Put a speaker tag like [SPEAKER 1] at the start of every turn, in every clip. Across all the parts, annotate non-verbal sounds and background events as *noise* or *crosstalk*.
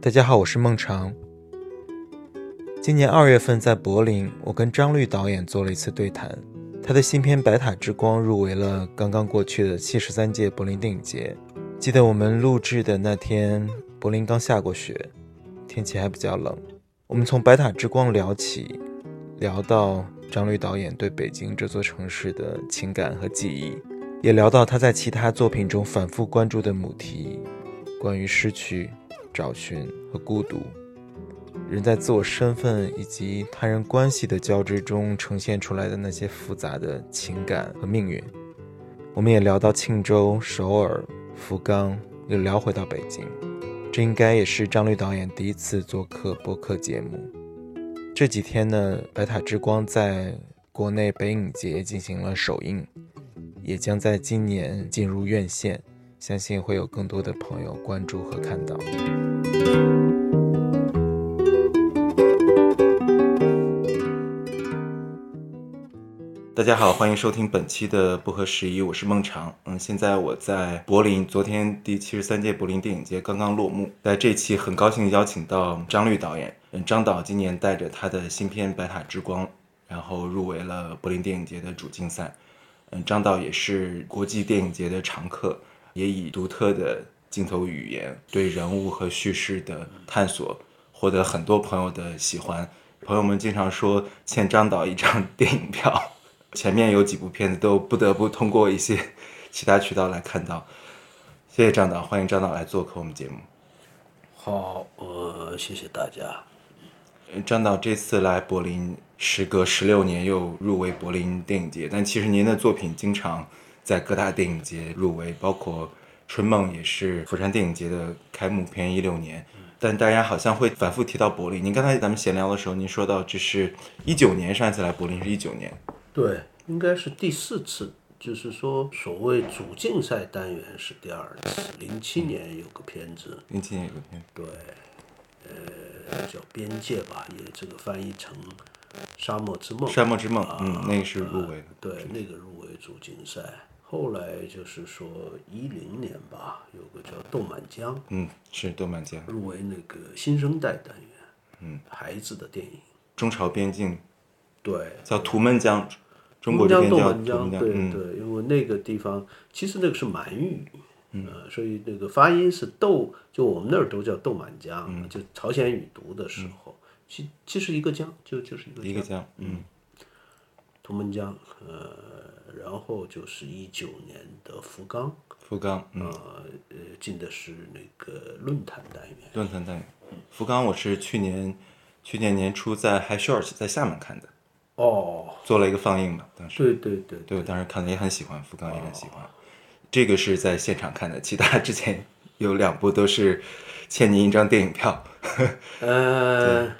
[SPEAKER 1] 大家好，我是孟尝。今年二月份在柏林，我跟张律导演做了一次对谈。他的新片《白塔之光》入围了刚刚过去的七十三届柏林电影节。记得我们录制的那天，柏林刚下过雪，天气还比较冷。我们从《白塔之光》聊起，聊到张律导演对北京这座城市的情感和记忆，也聊到他在其他作品中反复关注的母题，关于失去、找寻和孤独，人在自我身份以及他人关系的交织中呈现出来的那些复杂的情感和命运。我们也聊到庆州、首尔、福冈，又聊回到北京。这应该也是张律导演第一次做客播客节目。这几天呢，《白塔之光》在国内北影节进行了首映，也将在今年进入院线，相信会有更多的朋友关注和看到。大家好，欢迎收听本期的不合时宜，我是孟尝。嗯，现在我在柏林，昨天第七十三届柏林电影节刚刚落幕，在这期很高兴邀请到张律导演。嗯，张导今年带着他的新片《白塔之光》，然后入围了柏林电影节的主竞赛。嗯，张导也是国际电影节的常客，也以独特的镜头语言对人物和叙事的探索，获得很多朋友的喜欢。朋友们经常说欠张导一张 *laughs* 电影票。前面有几部片子都不得不通过一些 *laughs* 其他渠道来看到。谢谢张导，欢迎张导来做客我们节目。
[SPEAKER 2] 好，呃，谢谢大家。
[SPEAKER 1] 呃张导这次来柏林，时隔十六年又入围柏林电影节，但其实您的作品经常在各大电影节入围，包括《春梦》也是釜山电影节的开幕片，一六年。
[SPEAKER 2] 嗯
[SPEAKER 1] 但大家好像会反复提到柏林。您刚才咱们闲聊的时候，您说到这是一九年上一次来柏林是一九年，
[SPEAKER 2] 对，应该是第四次，就是说所谓主竞赛单元是第二次。零七年有个片子，
[SPEAKER 1] 零七年有个片
[SPEAKER 2] 对，呃，叫《边界》吧，也这个翻译成《沙漠之梦》。
[SPEAKER 1] 《沙漠之梦》，嗯，那个是入围的。
[SPEAKER 2] 对，那个入围主竞赛。后来就是说一零年吧，有个叫《动满江》，
[SPEAKER 1] 嗯，是豆瓣奖。
[SPEAKER 2] 入围那个新生代单元，嗯，孩子的电影。
[SPEAKER 1] 中朝边境
[SPEAKER 2] 对，
[SPEAKER 1] 叫图们江，中国这边
[SPEAKER 2] 动
[SPEAKER 1] 叫
[SPEAKER 2] 满
[SPEAKER 1] 图
[SPEAKER 2] 江，
[SPEAKER 1] 们江，
[SPEAKER 2] 对
[SPEAKER 1] 嗯，
[SPEAKER 2] 对，因为那个地方其实那个是满语，呃，所以那个发音是豆，就我们那儿都叫豆满江，
[SPEAKER 1] 嗯
[SPEAKER 2] 就朝鲜语读的时候，其其实一个江，就就是一个
[SPEAKER 1] 一
[SPEAKER 2] 江
[SPEAKER 1] 个江，嗯，
[SPEAKER 2] 图们江，呃，然后就是一九年的福冈，
[SPEAKER 1] 福冈，嗯，
[SPEAKER 2] 呃呃，进的是那个论坛单元，
[SPEAKER 1] 论坛单元。福冈我是去年去年年初在 High Shorts 在厦门看的，
[SPEAKER 2] 哦，
[SPEAKER 1] 做了一个放映嘛，当时
[SPEAKER 2] 对对对
[SPEAKER 1] 对我当时看的也很喜欢，福冈也很喜欢。这个是在现场看的，其他之前有两部都是欠您一张电影票，
[SPEAKER 2] 呃，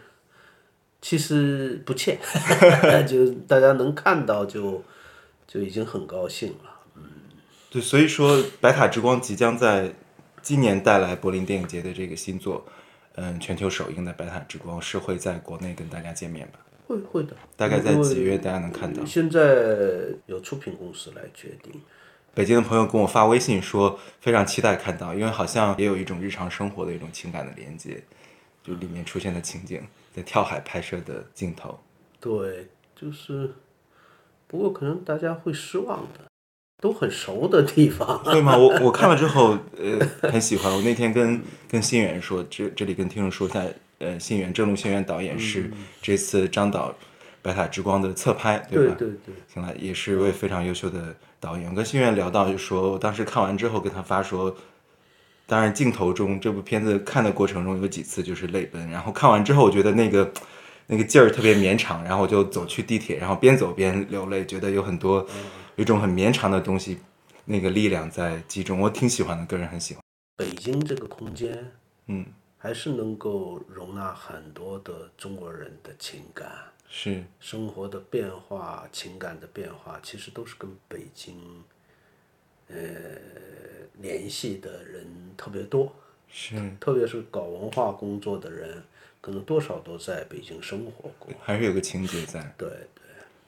[SPEAKER 2] 其实不欠， *laughs* 就大家能看到就就已经很高兴了。
[SPEAKER 1] 对，所以说《白塔之光》即将在今年带来柏林电影节的这个新作，嗯，全球首映的《白塔之光》是会在国内跟大家见面吧？
[SPEAKER 2] 会会的，
[SPEAKER 1] 大概在
[SPEAKER 2] 因为
[SPEAKER 1] 几月大家能看到？
[SPEAKER 2] 现在由出品公司来决定。
[SPEAKER 1] 北京的朋友跟我发微信说非常期待看到，因为好像也有一种日常生活的一种情感的连接，就里面出现的情景，在跳海拍摄的镜
[SPEAKER 2] *laughs*
[SPEAKER 1] 头。
[SPEAKER 2] 对，就是，不过可能大家会失望的，都很熟的地方。
[SPEAKER 1] 会吗？我我看了之后，呃，很喜欢。我那天跟跟新源说，这这里跟听众说一下，呃，新源郑路新源导演
[SPEAKER 2] 嗯
[SPEAKER 1] 是这次张导《白塔之光》的侧拍，
[SPEAKER 2] 对
[SPEAKER 1] 吧？
[SPEAKER 2] 对对，
[SPEAKER 1] 行了，也是位非常优秀的导演。我跟新源聊到，就说我当时看完之后跟他发说，当然镜头中这部片子看的过程中有几次就是泪奔，然后看完之后我觉得那个那个劲儿特别绵长，然后我就走去地铁，然后边走边流泪，觉得有很多有一种很绵长的东西，那个力量在集中，我挺喜欢的，个人很喜欢。
[SPEAKER 2] 北京这个空间
[SPEAKER 1] 嗯，
[SPEAKER 2] 还是能够容纳很多的中国人的情感。
[SPEAKER 1] 是
[SPEAKER 2] 生活的变化、情感的变化，其实都是跟北京，呃，联系的人特别多，
[SPEAKER 1] 是，
[SPEAKER 2] 特别是搞文化工作的人，可能多少都在北京生活过。
[SPEAKER 1] 还是有个情节在。
[SPEAKER 2] 对，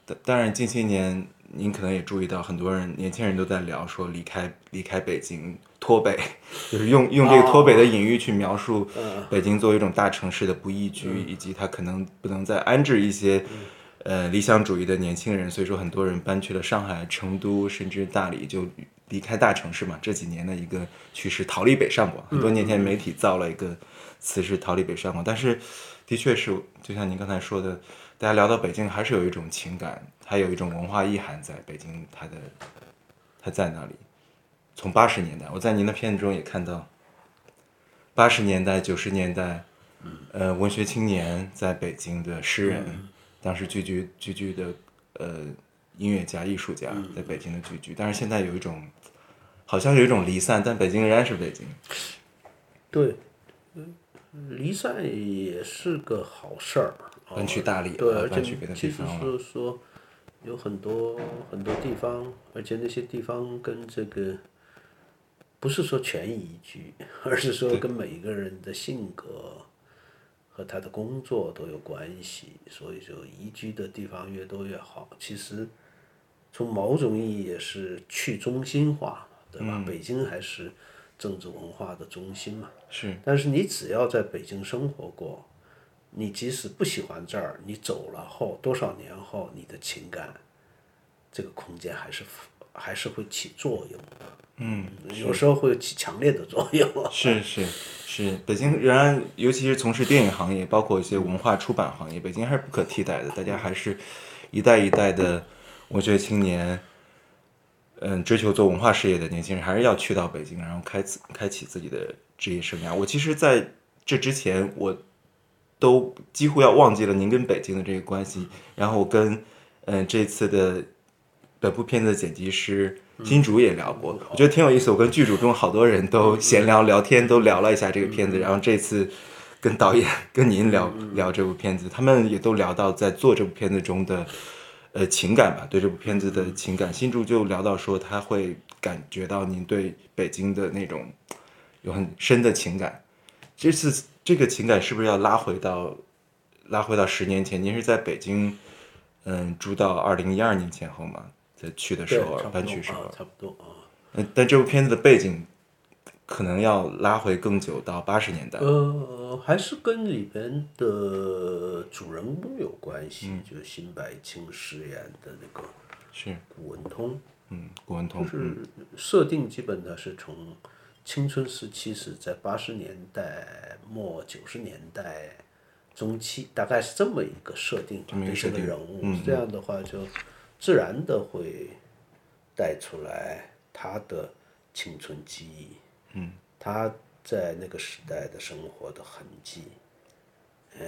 [SPEAKER 1] 当当然，近些年您可能也注意到，很多人年轻人都在聊说离开离开北京，脱脱北， *laughs* 就是用用这个脱北的隐喻去描述北京作为一种大城市的不宜居，以及它可能不能再安置一些呃理想主义的年轻人，所以说很多人搬去了上海、成都，甚至大理，就离开大城市嘛。这几年的一个趋势，逃离北上广。很多年前媒体造了一个词是逃离北上广，但是的确是就像您刚才说的，大家聊到北京还是有一种情感，还有一种文化意涵在北京，它的它在那里。从八十年代，我在您的片子中也看到，八十年代、九十年代，呃，文学青年在北京的诗人，当时聚居聚居的呃音乐家、艺术家在北京的聚居，但是现在有一种好像有一种离散，但北京仍然是北京。
[SPEAKER 2] 对，嗯，离散也是个好事儿。啊
[SPEAKER 1] 搬去大理
[SPEAKER 2] 对，
[SPEAKER 1] 了
[SPEAKER 2] 而
[SPEAKER 1] 搬
[SPEAKER 2] 且
[SPEAKER 1] 去别的
[SPEAKER 2] 其
[SPEAKER 1] 地
[SPEAKER 2] 实
[SPEAKER 1] 方了
[SPEAKER 2] 是说有很多很多地方，而且那些地方跟这个不是说全宜居，而是说跟每一个人的性格和他的工作都有关系。所以说，宜居的地方越多越好。其实从某种意义也是去中心化嘛，对
[SPEAKER 1] 嗯
[SPEAKER 2] 吧？北京还是政治文化的中心嘛。
[SPEAKER 1] 是
[SPEAKER 2] 但是你只要在北京生活过，你即使不喜欢这儿，你走了后多少年后，你的情感，这个空间还是还是会起作用的，
[SPEAKER 1] 嗯，
[SPEAKER 2] 有时候会起强烈的作用。
[SPEAKER 1] 是是是，北京仍然，尤其是从事电影行业，包括一些文化出版行业，北京还是不可替代的。大家还是一代一代的文学青年，嗯，追求做文化事业的年轻人，还是要去到北京，然后开自开启自己的职业生涯。我其实在这之前，我都几乎要忘记了您跟北京的这个关系。然后我跟嗯这次的本部片子的剪辑师金主也聊过，我觉得挺有意思。我跟剧组中好多人都闲聊聊天，都聊了一下这个片子。然后这次跟导演跟您聊
[SPEAKER 2] 嗯
[SPEAKER 1] 聊这部片子，他们也都聊到在做这部片子中的呃情感吧，对这部片子
[SPEAKER 2] 嗯
[SPEAKER 1] 的情感。新竹就聊到说他会感觉到您对北京的那种有很深的情感。这次这个情感是不是要拉回到拉回到十年前？您是在北京，嗯，住到二零一二年前后嘛？在去的
[SPEAKER 2] *laughs* 对，
[SPEAKER 1] 首尔，
[SPEAKER 2] 差不
[SPEAKER 1] 搬去
[SPEAKER 2] 多
[SPEAKER 1] 首尔
[SPEAKER 2] 啊，。差不多啊。
[SPEAKER 1] 嗯，但这部片子的背景可能要拉回更久到八十年代。嗯
[SPEAKER 2] 呃，还是跟里边的主人公有关系，就是辛柏青饰演的那
[SPEAKER 1] 嗯
[SPEAKER 2] 个
[SPEAKER 1] 是，
[SPEAKER 2] 古文通，
[SPEAKER 1] 嗯，古文通
[SPEAKER 2] 就，是设定基本呢是从青春时期是在八十年代末九十年代中期，大概是这么一个设定吧，
[SPEAKER 1] 这么一个
[SPEAKER 2] 对
[SPEAKER 1] 设
[SPEAKER 2] 这
[SPEAKER 1] 定
[SPEAKER 2] 个
[SPEAKER 1] 嗯
[SPEAKER 2] 人物，这样的话就自然的会带出来他的青春记忆，嗯，他在那个时代的生活的痕迹，呃，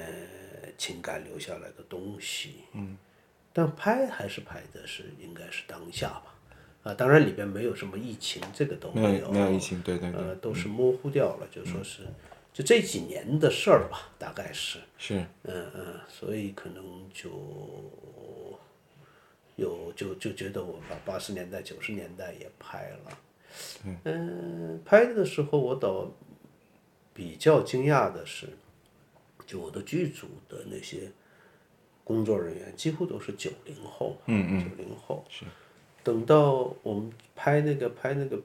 [SPEAKER 2] 情感留下来的东西，嗯，但拍还是拍的是应该是当下吧，啊，当然里边没有什么疫情，这个都
[SPEAKER 1] 没
[SPEAKER 2] 没
[SPEAKER 1] 有没有疫情，对对嗯对，
[SPEAKER 2] 呃，都是模糊掉了，就说是就这几年的事儿吧，大概是，
[SPEAKER 1] 是
[SPEAKER 2] 嗯嗯，所以可能就有就就觉得我把八十年代、九十年代也拍了，嗯，拍的时候我倒比较惊讶的是，就我的剧组的那些工作人员几乎都是九零后，嗯嗯，九零后是。等到我们拍那个拍那个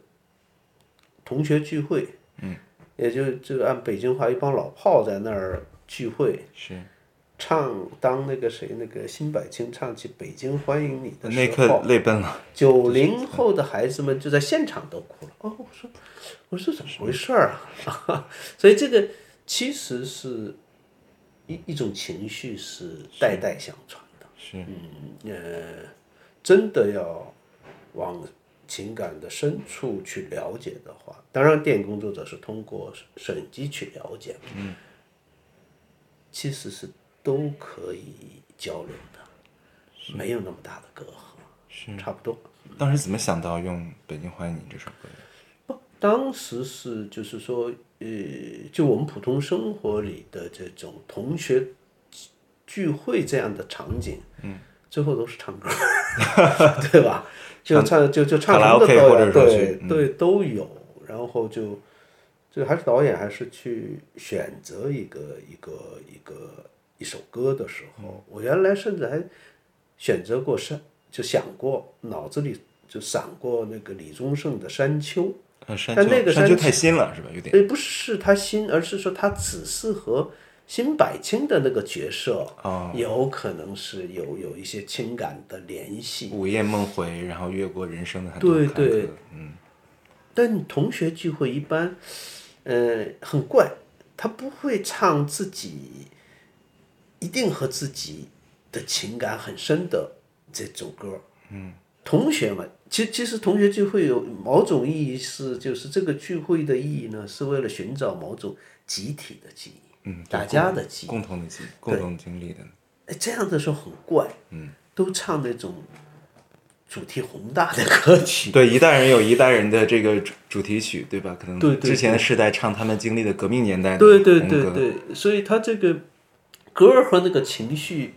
[SPEAKER 2] 同学聚会，嗯，也就就按北京话，一帮老炮在那儿聚会，
[SPEAKER 1] 是，
[SPEAKER 2] 唱当那个谁那个辛柏青唱起《北京欢迎你》的
[SPEAKER 1] 那一
[SPEAKER 2] 时候
[SPEAKER 1] 刻，泪奔了，
[SPEAKER 2] 九零后的孩子们就在现场都哭了。哦，我说，我说怎么回事儿啊？ *laughs* 所以这个其实是一一种情绪是代代相传的。嗯呃
[SPEAKER 1] 是
[SPEAKER 2] 真的要往情感的深处去了解的话，当然电影工作者是通过摄影机去了解，嗯，其实是都可以交流的，没有那么大的隔阂，是差不多。
[SPEAKER 1] 当时怎么想到用《北京欢迎你》这首歌的？
[SPEAKER 2] 当时是就是说，呃，就我们普通生活里的这种同学聚聚会这样的场景，嗯，最后都是唱歌 *laughs* 儿，对吧？就唱就就唱
[SPEAKER 1] 卡拉
[SPEAKER 2] 什么的
[SPEAKER 1] OK
[SPEAKER 2] 都有
[SPEAKER 1] 或者说
[SPEAKER 2] 对
[SPEAKER 1] 去嗯
[SPEAKER 2] 对都有，然后就就还是导演还是去选择一个一个一个一首歌的时
[SPEAKER 1] 嗯
[SPEAKER 2] 候，我原来甚至还选择过山，就想过脑子里就闪过那个李宗盛的《山丘》。
[SPEAKER 1] 呃山
[SPEAKER 2] 但那
[SPEAKER 1] 丘
[SPEAKER 2] 个
[SPEAKER 1] 山
[SPEAKER 2] 山
[SPEAKER 1] 丘
[SPEAKER 2] 丘
[SPEAKER 1] 太新了是吧？有点
[SPEAKER 2] 呃，不是他新，而是说他只适合新百清的那个角色，
[SPEAKER 1] 哦
[SPEAKER 2] 有可能是有有一些情感的联系。
[SPEAKER 1] 午夜梦回，然后越过人生的很多
[SPEAKER 2] 对
[SPEAKER 1] 坎坷。
[SPEAKER 2] 对
[SPEAKER 1] 嗯，
[SPEAKER 2] 但同学聚会一般，呃，很怪，他不会唱自己一定和自己的情感很深的这种歌。嗯，同学们，其其实同学聚会有某种意义是，就是这个聚会的意义呢，是为了寻找某种集体的记忆，
[SPEAKER 1] 嗯，
[SPEAKER 2] 大
[SPEAKER 1] 对
[SPEAKER 2] 家
[SPEAKER 1] 共
[SPEAKER 2] 的记忆。
[SPEAKER 1] 共同的记忆，共同经历的，
[SPEAKER 2] 哎，这样的时候很怪，嗯，都唱那种主题宏大的歌曲，
[SPEAKER 1] 对一代人有一代人的这个主主题曲，对吧？可能
[SPEAKER 2] 对对
[SPEAKER 1] 之前的世代唱他们经历的革命年代的
[SPEAKER 2] 对
[SPEAKER 1] *laughs*
[SPEAKER 2] 对
[SPEAKER 1] 红
[SPEAKER 2] 对
[SPEAKER 1] 歌，
[SPEAKER 2] 对，所以他这个歌儿和那个情绪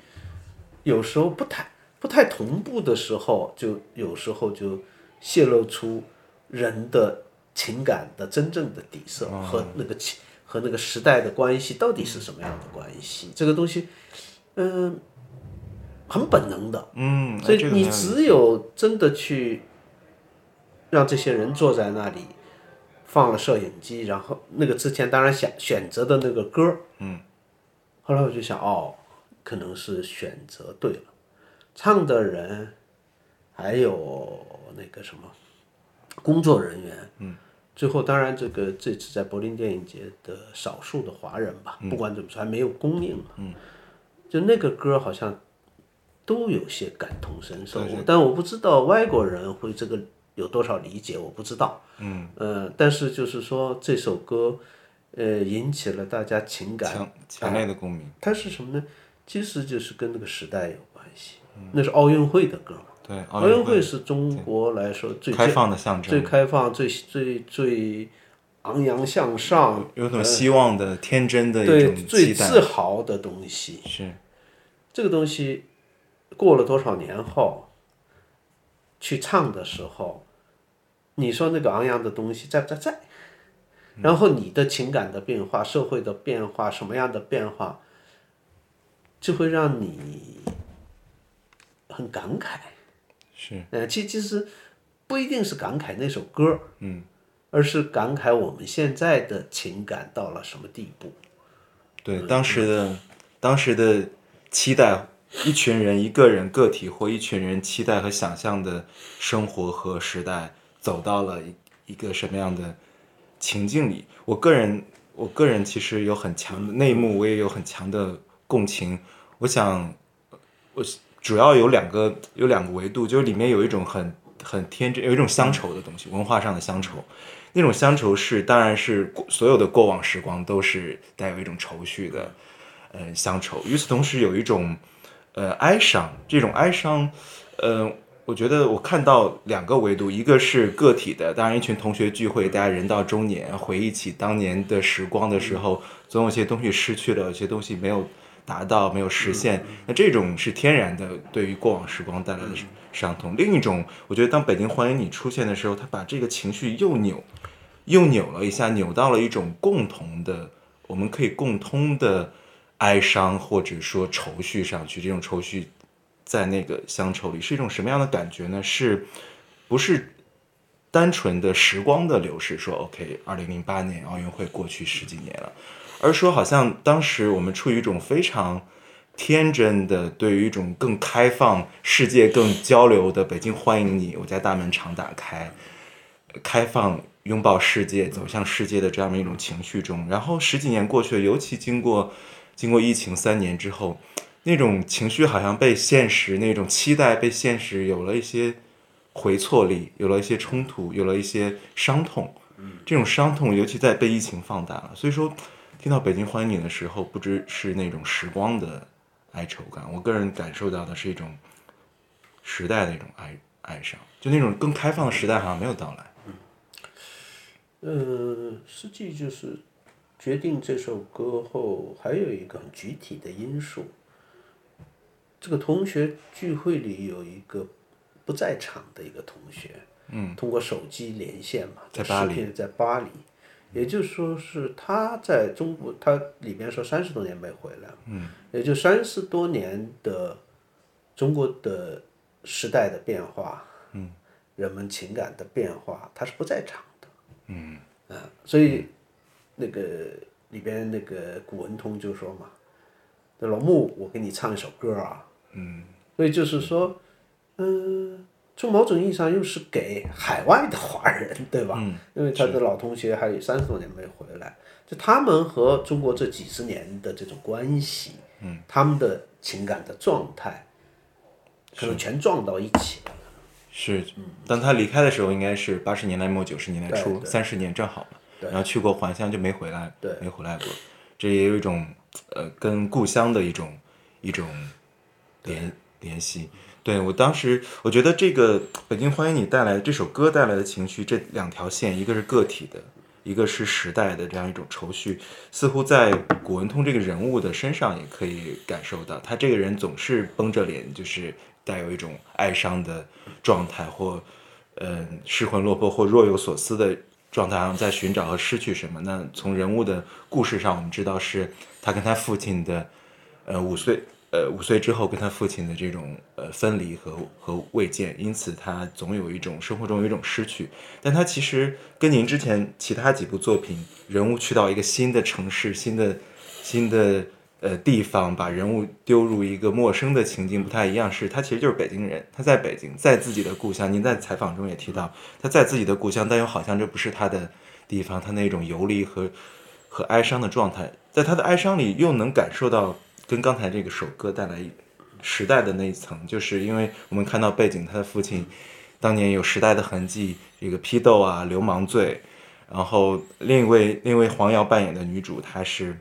[SPEAKER 2] 有时候不太不太同步的时候，就有时候就泄露出人的情感的真正的底色
[SPEAKER 1] 啊
[SPEAKER 2] 和那个情、和那个时代的关系到底是什么样的关系，这个东西，嗯、很本能的，
[SPEAKER 1] 嗯，哎
[SPEAKER 2] 所以
[SPEAKER 1] 这个很
[SPEAKER 2] 你
[SPEAKER 1] 有意思
[SPEAKER 2] 只有真的去让这些人坐在那里，放了摄影机，然后那个之前当然选选择的那个歌，嗯，后来我就想，哦，可能是选择对了，唱的人还有那个什么工作人员，嗯。最后，当然，这个这次在柏林电影节的少数的华人吧，不管怎么说，还没有公映嘛。嗯，就那个歌好像都有些感同身受，但我不知道外国人会这个有多少理解，我不知道。嗯，呃，但是就是说这首歌，呃，引起了大家情感
[SPEAKER 1] 强强烈的共鸣，
[SPEAKER 2] 它是什么呢？其实就是跟那个时代有关系。那是奥运会的歌嘛，
[SPEAKER 1] 对
[SPEAKER 2] 嗯奥运
[SPEAKER 1] 会
[SPEAKER 2] 会是中国来说最
[SPEAKER 1] 开放的象
[SPEAKER 2] 最
[SPEAKER 1] 征，
[SPEAKER 2] 开放、最最最昂扬向上，
[SPEAKER 1] 有种希望的、天真的一
[SPEAKER 2] 呃对
[SPEAKER 1] 种
[SPEAKER 2] 最
[SPEAKER 1] 期待，
[SPEAKER 2] 自豪的东西。
[SPEAKER 1] 是
[SPEAKER 2] 这个东西过了多少年后去唱的时候，你说那个昂扬的东西在不在在？然后你的情感的变化、社会的变化、什么样的变化，就会让你很感慨。
[SPEAKER 1] 是，
[SPEAKER 2] 呃，其其实不一定是感慨那首歌，嗯，而是感慨我们现在的情感到了什么地步。
[SPEAKER 1] 对当时的当时的期待，一群人、一个人、个体或一群人期待和想象的生活和时代，走到了一一个什么样的情境里？我个人，我个人其实有很强的那一幕，我也有很强的共情。我想，我主要有两个有两个维度，就是里面有一种很很天真，有一种乡愁的东西，文化上的乡愁。那种乡愁是，当然是过所有的过往时光都是带有一种愁绪的，呃，乡愁。与此同时，有一种呃哀伤，这种哀伤，呃，我觉得我看到两个维度，一个是个体的，当然一群同学聚会，大家人到中年，回忆起当年的时光的时候，总有些东西失去了，有些东西没有达到，没有实现。那这种是天然的，对于过往时光带来的伤痛。另一种，我觉得当《北京欢迎你》出现的时候，他把这个情绪又扭。又扭了一下，扭到了一种共同的，我们可以共通的哀伤或者说愁绪上去。这种愁绪在那个乡愁里是一种什么样的感觉呢？是不是单纯的时光的流逝？说 OK，二零零八年奥运会过去十几年了，而说好像当时我们处于一种非常。天真的，对于一种更开放、世界更交流的北京，欢迎你！我家大门常打开，开放、拥抱世界、走向世界的这样的一种情绪中。然后十几年过去了，尤其经过经过疫情三年之后，那种情绪好像被现实那种期待被现实有了一些回错力，有了一些冲突，有了一些伤痛。这种伤痛尤其在被疫情放大了，所以说听到《北京欢迎你》的时候，不知是那种时光的哀愁感，我个人感受到的是一种时代的一种哀哀伤，就那种更开放的时代好像没有到来。
[SPEAKER 2] 呃，实际就是决定这首歌后，还有一个很具体的因素。这个同学聚会里有一个不在场的一个同学，嗯，通过手机连线嘛，
[SPEAKER 1] 在
[SPEAKER 2] 这
[SPEAKER 1] 巴
[SPEAKER 2] 视
[SPEAKER 1] 黎
[SPEAKER 2] 频在巴黎，也就是说是他在中国，他里边说三十多年没回来，嗯，也就三十多年的中国的时代的变化，嗯，人们情感的变化，他是不在场的。嗯，啊，所以那个里边那个古文通就说嘛，那老穆，我给你唱一首歌啊，嗯，所以就是说，嗯、从某种意义上又是给海外的华人，对吧？因为他的老同学还有三十多年没回来，就他们和中国这几十年的这种关系，嗯，他们的情感的状态，可能全撞到一起了。
[SPEAKER 1] 是，当他离开的时候，应该是八十年代末九十年代初，三十年正好嘛。然后去过还乡就没回来，没回来过。这也有一种呃跟故乡的一种一种联联系。对我当时，我觉得这个《北京欢迎你》带来这首歌带来的情绪，这两条线，一个是个体的，一个是时代的这样一种愁绪，似乎在古文通这个人物的身上也可以感受到。他这个人总是绷着脸，就是带有一种哀伤的状态，或嗯、呃失魂落魄或若有所思的状态，好像在寻找和失去什么。那从人物的故事上，我们知道是他跟他父亲的呃五岁呃五岁之后跟他父亲的这种呃分离和和慰藉，因此他总有一种生活中有一种失去。但他其实跟您之前其他几部作品，人物去到一个新的城市、新的新的呃地方，把人物丢入一个陌生的情境不太一样，是他其实就是北京人，他在北京，在自己的故乡。您在采访中也提到，他在自己的故乡，但又好像这不是他的地方，他那种游离和和哀伤的状态，在他的哀伤里又能感受到跟刚才这个首歌带来时代的那一层，就是因为我们看到背景，他的父亲当年有时代的痕迹，这个批斗啊、流氓罪，然后另一位另一位黄瑶扮演的女主，她是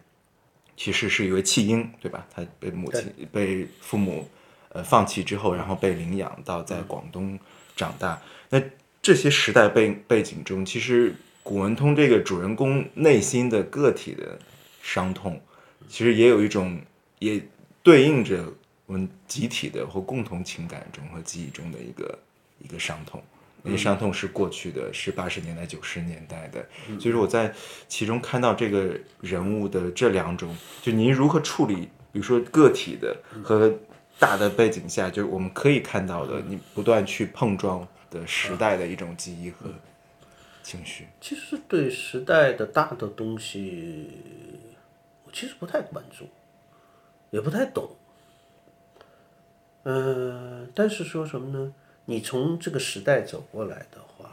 [SPEAKER 1] 其实是一位弃婴，对吧？她被母亲被父母呃放弃之后，然后被领养到在广东长大。那这些时代背背景中，其实古文通这个主人公内心的个体的伤痛，其实也有一种也对应着我们集体的或共同情感中和记忆中的一个一个伤痛。
[SPEAKER 2] 嗯
[SPEAKER 1] 那些伤痛是过去的，是八十年代、九十年代的。
[SPEAKER 2] 嗯
[SPEAKER 1] 所以说我在其中看到这个人物的这两种，就您如何处理，比如说个体的
[SPEAKER 2] 嗯
[SPEAKER 1] 和大的背景下，就是我们可以看到
[SPEAKER 2] 嗯
[SPEAKER 1] 的，你不断去碰撞的时代的一种记忆
[SPEAKER 2] 嗯
[SPEAKER 1] 和情绪。
[SPEAKER 2] 其实对时代的大的东西，我其实不太关注，也不太懂。嗯、但是说什么呢？你从这个时代走过来的话，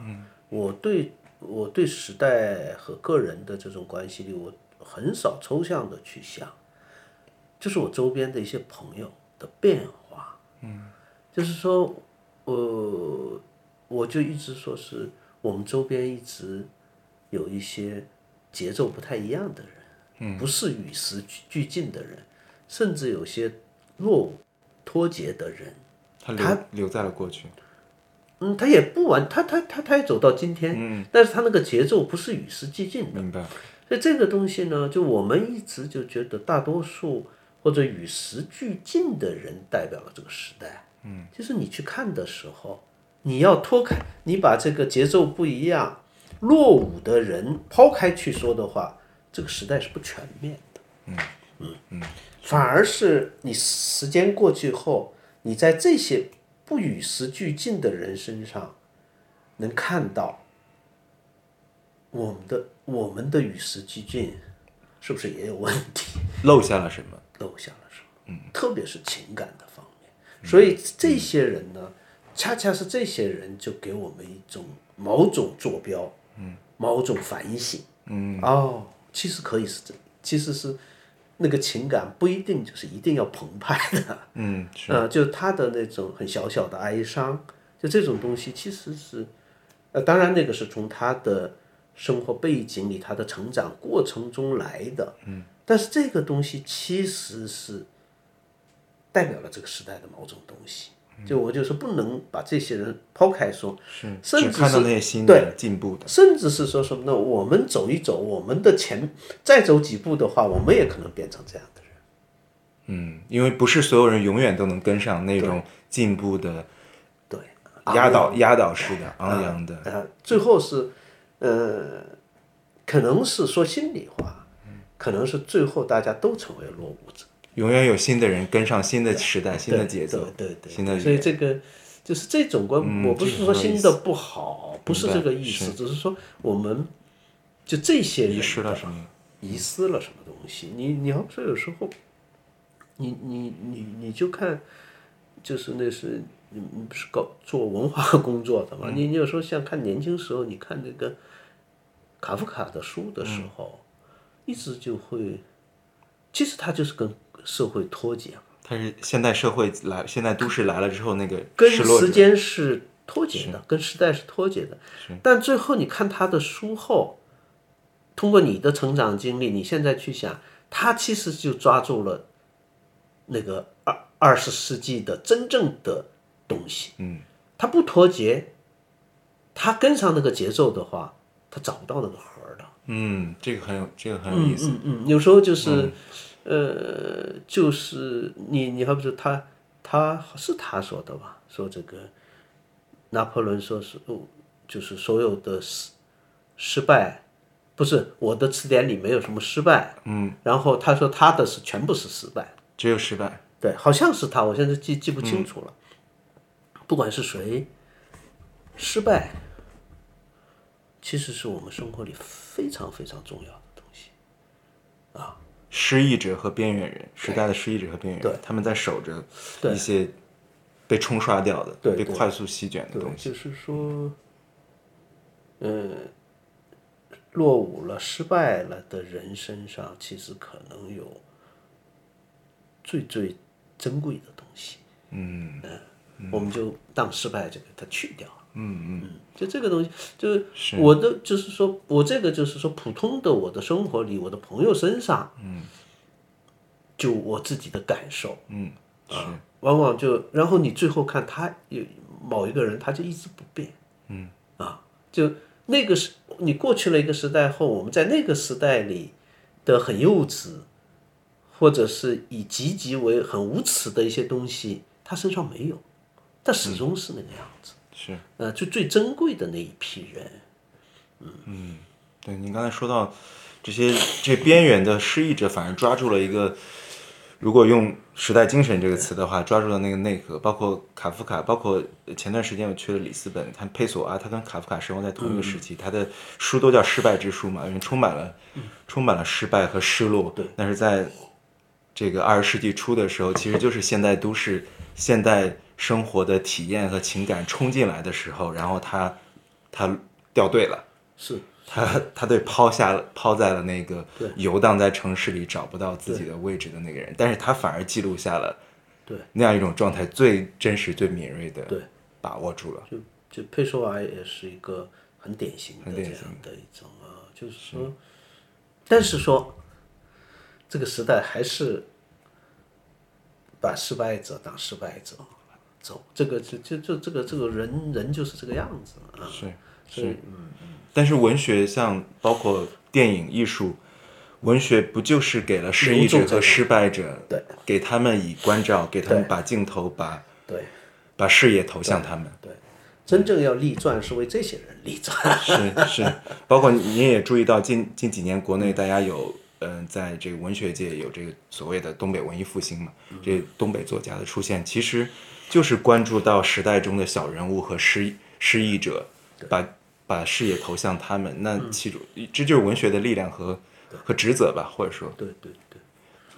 [SPEAKER 2] 我对我对时代和个人的这种关系里，我很少抽象的去想，就是我周边的一些朋友的变化。嗯，就是说，呃，我就一直说是我们周边一直有一些节奏不太一样的人，嗯，不是与时俱进的人，甚至有些落伍脱节的人。
[SPEAKER 1] 他留留在了过去，
[SPEAKER 2] 嗯，他也不完，他他他他也走到今天，嗯，但是他那个节奏不是与时俱进的，
[SPEAKER 1] 明白？
[SPEAKER 2] 所以这个东西呢，就我们一直就觉得大多数或者与时俱进的人代表了这个时代，嗯，就是你去看的时候，你要脱开，你把这个节奏不一样、落伍的人抛开去说的话，这个时代是不全面的。反而是你时间过去后，你在这些不与时俱进的人身上，能看到我们的我们的与时俱进，是不是也有问题？ *laughs*
[SPEAKER 1] 漏下了什么？
[SPEAKER 2] 漏下了什么？嗯，特别是情感的方面。所以这些人呢，恰恰是这些人就给我们一种某种坐标，嗯，某种反省，嗯，哦，其实可以是这，其实是那个情感不一定就是一定要澎湃的，
[SPEAKER 1] 嗯，
[SPEAKER 2] 呃，就是他的那种很小小的哀伤，就这种东西其实是，呃，当然那个是从他的生活背景里、他的成长过程中来的，嗯，但是这个东西其实是代表了这个时代的某种东西，就我就是不能把这些人抛开说，是甚
[SPEAKER 1] 只
[SPEAKER 2] 至
[SPEAKER 1] 看到
[SPEAKER 2] 是
[SPEAKER 1] 那些新的进步的，
[SPEAKER 2] 甚至是说什么呢？我们走一走，我们的前再走几步的话，我们也可能变成这样的人。
[SPEAKER 1] 嗯，因为不是所有人永远都能跟上那种进步的
[SPEAKER 2] 对，
[SPEAKER 1] 压倒压倒式的昂扬的，
[SPEAKER 2] 呃，最后是，呃，可能是说心里话，可能是最后大家都成为落伍者，
[SPEAKER 1] 永远有新的人跟上新的时代、新的节奏，
[SPEAKER 2] 对对对，
[SPEAKER 1] 新的语嗯
[SPEAKER 2] 所以这个就是这种观，我不是说新的不好，不是这个意思，只是说我们就这些人
[SPEAKER 1] 遗失了什么？
[SPEAKER 2] 遗失了什么东西。你你要说有时候，你你你你就看，就是那是你你不是搞做文化工作的嘛？你你有时候像看年轻时候，你看那个卡夫卡的书的时候，一直就会，其实他就是跟社会脱节嘛，
[SPEAKER 1] 它是现代社会来，现代都市来了之后，那个
[SPEAKER 2] 跟
[SPEAKER 1] 失落
[SPEAKER 2] 时
[SPEAKER 1] 者
[SPEAKER 2] 间是脱节的，跟时代是脱节的。但最后你看他的书后，通过你的成长经历，你现在去想，他其实就抓住了那个二二十世纪的真正的东西。嗯，他不脱节，他跟上那个节奏的话，他找不到那个核儿的。
[SPEAKER 1] 嗯，这个很有，这个很有意思。
[SPEAKER 2] 嗯嗯，有时候就是，呃，就是你你还不是他他是他说的吧？说这个拿破仑说是，哦就是所有的失失败，不是我的词典里没有什么失败。嗯。然后他说他的是全部是失败。
[SPEAKER 1] 只有失败，
[SPEAKER 2] 对，嗯好像是他，我现在记记不清楚了。不管是谁，失败其实是我们生活里非常非常重要的东西。
[SPEAKER 1] 失意者和边缘人，时代的失意者和边缘人，他们在守着一些被冲刷掉的、
[SPEAKER 2] 对
[SPEAKER 1] 被
[SPEAKER 2] 对
[SPEAKER 1] 快速席卷的
[SPEAKER 2] 对
[SPEAKER 1] 东，西。
[SPEAKER 2] 就是说，呃，落伍了、失败了的人身上，其实可能有最最珍贵的东西。嗯，我们就当失败就给它去掉了。嗯嗯，就这个东西，就是我的，就是说我这个就是说普通的我的生活里，我的朋友身上，嗯，就我自己的感受，
[SPEAKER 1] 嗯，是
[SPEAKER 2] 往往就，然后你最后看他有某一个人，他就一直不变，嗯，啊，就那个时，你过去了一个时代后，我们在那个时代里的很幼稚，或者是以积极为很无耻的一些东西，他身上没有，但始终是那个样子，
[SPEAKER 1] 嗯是。
[SPEAKER 2] 呃，就最珍贵的那一批人，
[SPEAKER 1] 对您刚才说到这些这边缘的失意者，反而抓住了一个，如果用“时代精神”这个词的话，抓住了那个内核，包括卡夫卡，包括前段时间我去了里斯本，看佩索啊阿，他跟卡夫卡生活在同一个时期，他的书都叫《失败之书》嘛，因为充满了充满了失败和失落。对，但是在这个二十世纪初的时候，其实就是现代都市、现代生活的体验和情感冲进来的时候，然后他他掉队了。
[SPEAKER 2] 是
[SPEAKER 1] 他他对抛下了抛在了那个游荡在城市里找不到自己的位置的那个人，但是他反而记录下了
[SPEAKER 2] 对
[SPEAKER 1] 那样一种状态最真实、最敏锐的
[SPEAKER 2] 对
[SPEAKER 1] 把握住了。
[SPEAKER 2] 就就佩索瓦也是一个很典型的
[SPEAKER 1] 很
[SPEAKER 2] 这
[SPEAKER 1] 典
[SPEAKER 2] 样
[SPEAKER 1] 型
[SPEAKER 2] 的一种啊，就是说，但是说这个时代还是把失败者当失败者走，这个就就就这个这个人人就是这个样子啊，
[SPEAKER 1] 是
[SPEAKER 2] 所以嗯
[SPEAKER 1] 但是文学像包括电影、艺术，文学不就是给了失意者和失败者，
[SPEAKER 2] 对，
[SPEAKER 1] 给他们以关照，给他们把镜头、把
[SPEAKER 2] 对
[SPEAKER 1] 把视野投向他们。
[SPEAKER 2] 对，真正要立传是为这些人立传， *laughs*
[SPEAKER 1] 是是，包括您也注意到近近几年国内大家有，嗯、在这个文学界有这个所谓的东北文艺复兴嘛，这东北作家的出现，其实就是关注到时代中的小人物和失失意者，把把视野投向他们，那其中、这就是文学的力量和和职责吧，或者说，
[SPEAKER 2] 对对对，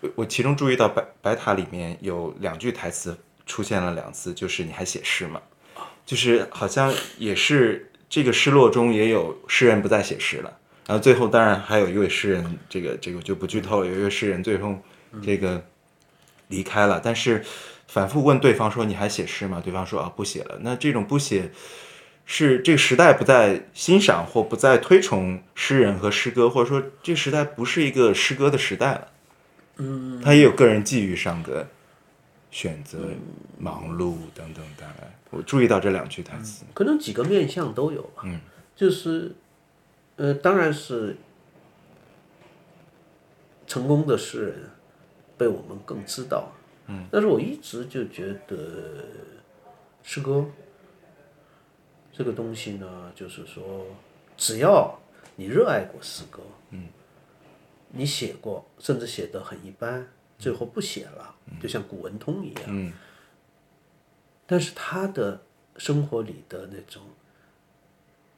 [SPEAKER 1] 我我其中注意到白白塔里面有两句台词出现了两次，就是你还写诗吗？就是好像也是这个失落中也有诗人不再写诗了，然后最后当然还有一位诗人，这个这个我就不剧透了，有一位诗人最后这个离开了，但是反复问对方说你还写诗吗？对方说啊不写了。那这种不写是这个时代不再欣赏或不再推崇诗人和诗歌，或者说这个时代不是一个诗歌的时代了。
[SPEAKER 2] 嗯
[SPEAKER 1] 他也有个人际遇上的选择、忙碌等等带来。我注意到这两句台词，
[SPEAKER 2] 可能几个面相都有吧。嗯，就是，呃，当然是成功的诗人被我们更知道。嗯，但是我一直就觉得诗歌这个东西呢，就是说，只要你热爱过诗歌，嗯，你写过，甚至写得很一般，最后不写了，就像古文通一样。嗯但是他的生活里的那种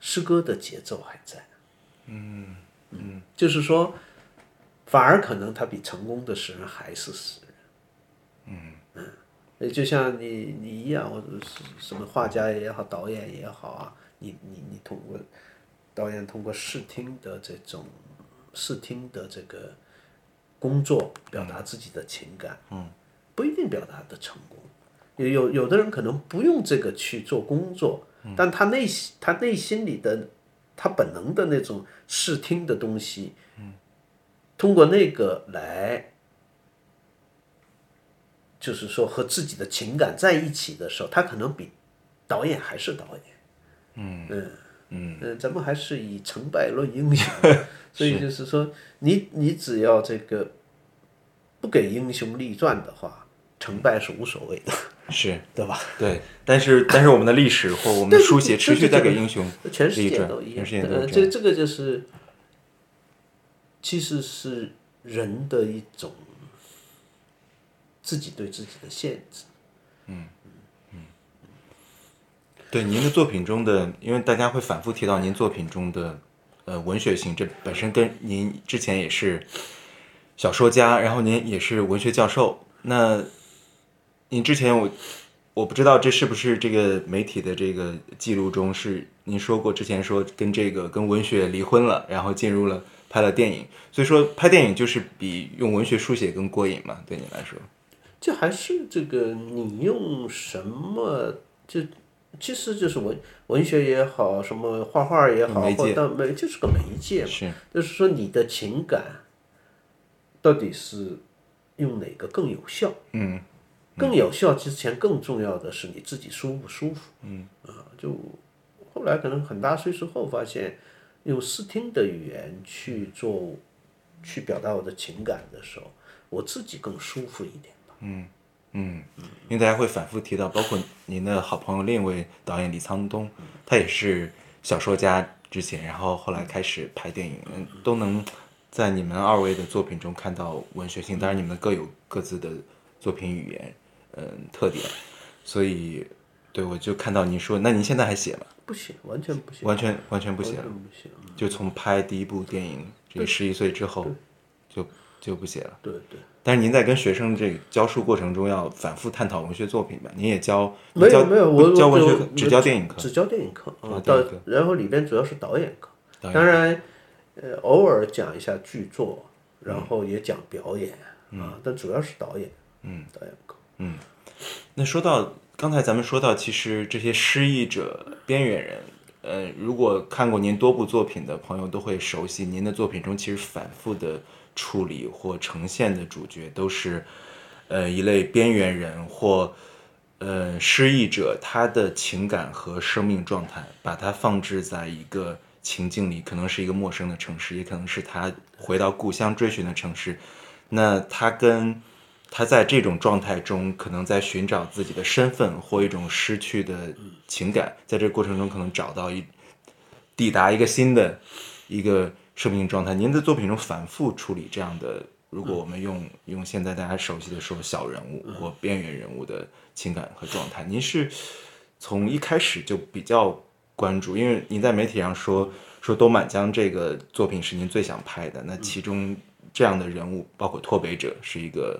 [SPEAKER 2] 诗歌的节奏还在。嗯，就是说，反而可能他比成功的诗人还是诗人。嗯嗯，就像你你一样，或者是什么画家也好，导演也好啊，你你你通过导演通过视听的这种视听的这个工作，表达自己的情感，嗯，不一定表达的成功。有有有的人可能不用这个去做工作，但他内心他内心里的他本能的那种视听的东西，通过那个来，就是说和自己的情感在一起的时候，他可能比导演还是导演。嗯嗯嗯，咱们还是以成败论英雄， *laughs* 所以就是说，你你只要这个不给英雄立传的话，成败是无所谓的，
[SPEAKER 1] 是
[SPEAKER 2] 对吧？
[SPEAKER 1] 对，但是但是我们的历史或我们的书写持续在给英雄
[SPEAKER 2] 全世
[SPEAKER 1] 立
[SPEAKER 2] 界
[SPEAKER 1] 传
[SPEAKER 2] 都一样
[SPEAKER 1] 全世界。都
[SPEAKER 2] 呃，
[SPEAKER 1] 这
[SPEAKER 2] 这
[SPEAKER 1] 样
[SPEAKER 2] 这个就是，其实是人的一种自己对自己的限制。
[SPEAKER 1] 对您的作品中的，因为大家会反复提到您作品中的呃文学性，这本身跟您之前也是小说家，然后您也是文学教授。那您之前我我不知道这是不是这个媒体的这个记录中是您说过之前说跟这个跟文学离婚了，然后进入了拍了电影，所以说拍电影就是比用文学书写更过瘾嘛，对你来说，
[SPEAKER 2] 这还是这个你用什么就。其实就是文文学也好，什么画画也好，
[SPEAKER 1] 媒
[SPEAKER 2] 或
[SPEAKER 1] 介
[SPEAKER 2] 者媒就是个媒介嘛。
[SPEAKER 1] 是
[SPEAKER 2] 就是说你的情感到底是用哪个更有效？嗯，更有效之前更重要的是你自己舒不舒服？嗯啊，就后来可能很大岁数后发现，用视听的语言去做去表达我的情感的时候，我自己更舒服一点吧。
[SPEAKER 1] 因为大家会反复提到，包括您的好朋友另一位导演李沧东，他也是小说家之前，然后后来开始拍电影，嗯，都能在你们二位的作品中看到文学性。当然，你们各有各自的作品语言，嗯，特点。所以，对我就看到您说，那您现在还写吗？
[SPEAKER 2] 不行，完全不行，
[SPEAKER 1] 完全完全不写
[SPEAKER 2] 完
[SPEAKER 1] 了，
[SPEAKER 2] 全不行。
[SPEAKER 1] 就从拍第一部电影这个十一岁之后，就就不写了。
[SPEAKER 2] 对对，
[SPEAKER 1] 但是您在跟学生这个教书过程中要反复探讨文学作品吧？您也教
[SPEAKER 2] 没
[SPEAKER 1] 教
[SPEAKER 2] 有没有，
[SPEAKER 1] 不
[SPEAKER 2] 我我
[SPEAKER 1] 教文
[SPEAKER 2] 就
[SPEAKER 1] 学课，只教电影课。
[SPEAKER 2] 只教电影课啊
[SPEAKER 1] 啊。电
[SPEAKER 2] 到
[SPEAKER 1] 影课
[SPEAKER 2] 然后里边主要是导演课，
[SPEAKER 1] 导演
[SPEAKER 2] 当然，呃，偶尔讲一下剧作，
[SPEAKER 1] 嗯
[SPEAKER 2] 然后也讲表演啊，但主要是导演，嗯，导演课。
[SPEAKER 1] 那说到刚才咱们说到，其实这些失意者、边缘人，呃，如果看过您多部作品的朋友都会熟悉，您的作品中其实反复的处理或呈现的主角都是，呃，一类边缘人或呃失意者，他的情感和生命状态，把它放置在一个情境里，可能是一个陌生的城市，也可能是他回到故乡追寻的城市。那他跟他在这种状态中，可能在寻找自己的身份或一种失去的情感，在这个过程中可能找到一抵达一个新的一个生命状态。您的作品中反复处理这样的，如果我们用用现在大家熟悉的说小人物或边缘人物的情感和状态，您是从一开始就比较关注，因为您在媒体上说说《东满江》这个作品是您最想拍的，那其中这样的人物包括拓北者是一个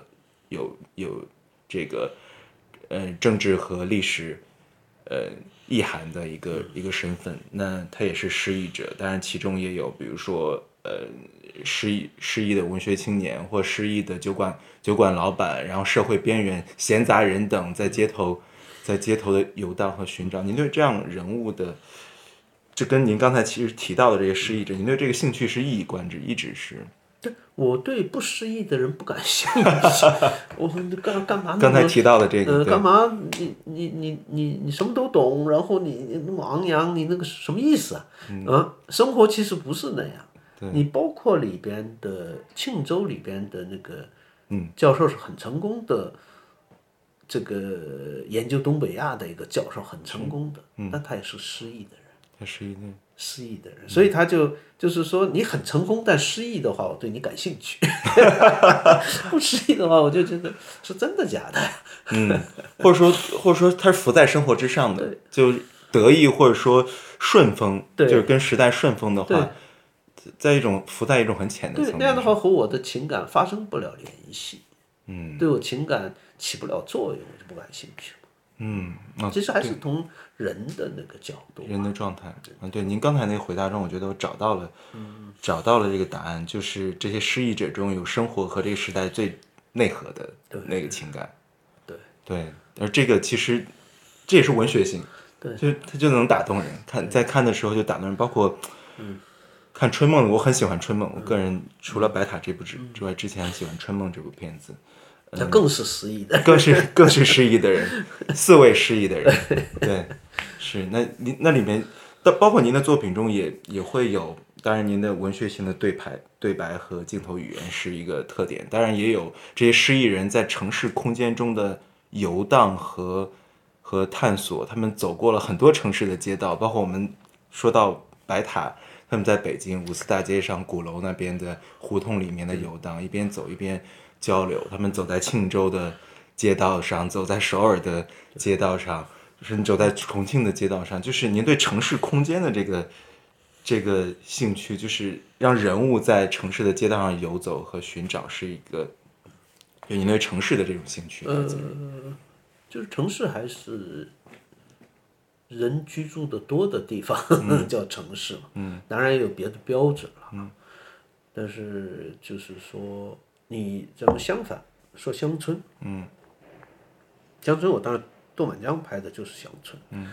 [SPEAKER 1] 有有这个呃政治和历史呃意涵的一个一个身份，那他也是失意者，当然其中也有比如说呃失意失意的文学青年或失意的酒馆酒馆老板，然后社会边缘闲杂人等在街头在街头的游荡和寻找。您对这样人物的，就跟您刚才其实提到的这些失意者，您对这个兴趣是一以贯之，一直是。
[SPEAKER 2] 对，我对不失意的人不感兴趣，
[SPEAKER 1] *laughs*
[SPEAKER 2] 我你干干嘛那么？
[SPEAKER 1] 刚才提到的这个，
[SPEAKER 2] 呃，
[SPEAKER 1] 对
[SPEAKER 2] 干嘛你你你你你什么都懂，然后你你那么昂扬，你那个什么意思啊？嗯、生活其实不是那样。你包括里边的庆州里边的那个，嗯，教授是很成功的，这个研究东北亚的一个教授很成功的，但他也是失意的人，
[SPEAKER 1] 他失意的，
[SPEAKER 2] 失意的人，所以他就就是说你很成功，但失意的话，我对你感兴趣；不失意的话，我就觉得是真的假的。
[SPEAKER 1] 或者说或者说他是浮在生活之上的，就得意或者说顺风，
[SPEAKER 2] 对
[SPEAKER 1] 就是跟时代顺风的
[SPEAKER 2] 对
[SPEAKER 1] 话，在一种浮在一种很浅的
[SPEAKER 2] 对
[SPEAKER 1] 层面上。
[SPEAKER 2] 那样的话和我的情感发生不了联系，嗯，对我情感起不了作用，我就不感兴趣了。
[SPEAKER 1] 嗯，啊，
[SPEAKER 2] 其实还是从人的那个角度，
[SPEAKER 1] 人的状态。嗯，对，您刚才那个回答中，我觉得我找到了，
[SPEAKER 2] 嗯
[SPEAKER 1] 找到了这个答案，就是这些失意者中有生活和这个时代最内核的那个情感。
[SPEAKER 2] 对
[SPEAKER 1] 对，而这个其实这也是文学性，
[SPEAKER 2] 对
[SPEAKER 1] 就它就能打动人。看在看的时候就打动人，包括
[SPEAKER 2] 嗯
[SPEAKER 1] 看《春梦》，我很喜欢《春梦》，我个人除了《白塔》这部之
[SPEAKER 2] 嗯
[SPEAKER 1] 之外，之前很喜欢《春梦》这部片子。嗯
[SPEAKER 2] 那更是失意
[SPEAKER 1] *laughs*
[SPEAKER 2] 的。
[SPEAKER 1] 更是更是失忆的人，四位失忆的人，对，是那您那里面，到包括您的作品中也也会有，当然您的文学性的对白对白和镜头语言是一个特点，当然也有这些失忆人在城市空间中的游荡和和探索，他们走过了很多城市的街道，包括我们说到白塔。他们在北京五四大街上鼓楼那边的胡同里面的
[SPEAKER 2] 嗯
[SPEAKER 1] 游荡，一边走一边交流。他们走在庆州的街道上，走在首尔的街道上，甚至走在重庆的街道上。就是您对城市空间的这个这个兴趣，就是让人物在城市的街道上游走和寻找，是一个就您对城市的这种兴趣。
[SPEAKER 2] 呃就是城市还是人居住的多的地方、 *laughs* 叫城市嘛，嗯，当然也有别的标准了，嗯，但是就是说你咱们相反说乡村，嗯，乡村我当然杜满江拍的就是乡村，嗯，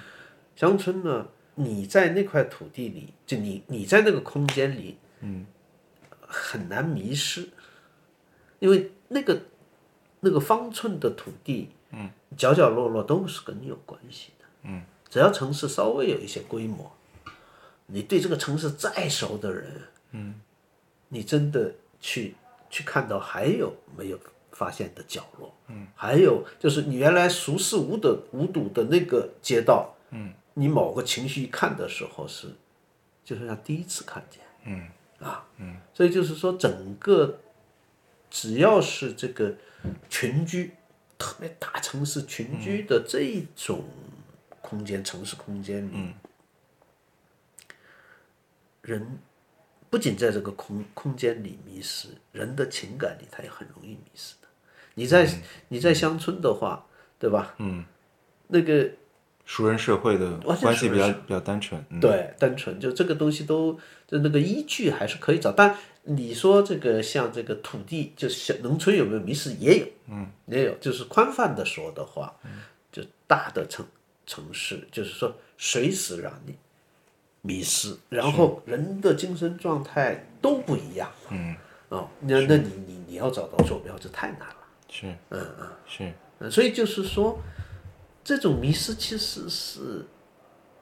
[SPEAKER 2] 乡村呢，你在那块土地里，就你你在那个空间里，嗯，很难迷失，因为那个那个方寸的土地，嗯，角角落落都是跟你有关系的，嗯，只要城市稍微有一些规模，你对这个城市再熟的人，嗯，你真的去去看到还有没有发现的角落，嗯，还有就是你原来熟视无的无睹的那个街道，嗯，你某个情绪一看的时候是，就是像第一次看见，嗯，啊，嗯，所以就是说整个只要是这个群居，特别大城市群居的这一种空间，城市空间里，人不仅在这个空空间里迷失，人的情感里他也很容易迷失的。你在、你在乡村的话，对吧？嗯，那个
[SPEAKER 1] 熟人社会的
[SPEAKER 2] 完全
[SPEAKER 1] 关系
[SPEAKER 2] 熟
[SPEAKER 1] 比
[SPEAKER 2] 人
[SPEAKER 1] 较比较单纯，嗯，
[SPEAKER 2] 对，单纯就这个东西都就那个依据还是可以找，但你说这个像这个土地，就是小农村有没有迷失也有，嗯，也有，就是宽泛的说的话，就大的城城市，就是说随时让你迷失，然后人的精神状态都不一样，嗯，哦，那那你你你要找到坐标就太难了。
[SPEAKER 1] 是，嗯嗯，是，
[SPEAKER 2] 嗯，所以就是说，这种迷失其实是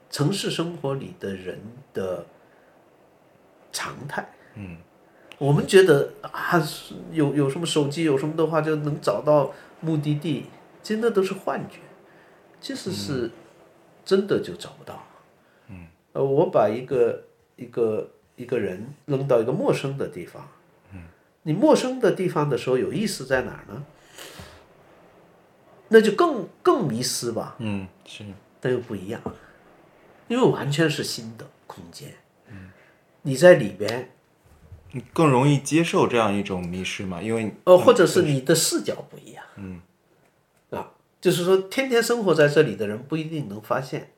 [SPEAKER 2] 城市生活里的人的常态。嗯，我们觉得啊，是有有什么手机有什么的话就能找到目的地，其实那都是幻觉，其实是真的就找不到。嗯，呃，我把一个一个一个人扔到一个陌生的地方，嗯，你陌生的地方的时候有意思在哪儿呢？那就更更迷失吧，
[SPEAKER 1] 嗯是，
[SPEAKER 2] 但又不一样，因为完全是新的空间。你在里边，
[SPEAKER 1] 你更容易接受这样一种迷失嘛？因为你
[SPEAKER 2] 呃，或者是你的视角不一样。嗯，啊，就是说，天天生活在这里的人不一定能发现，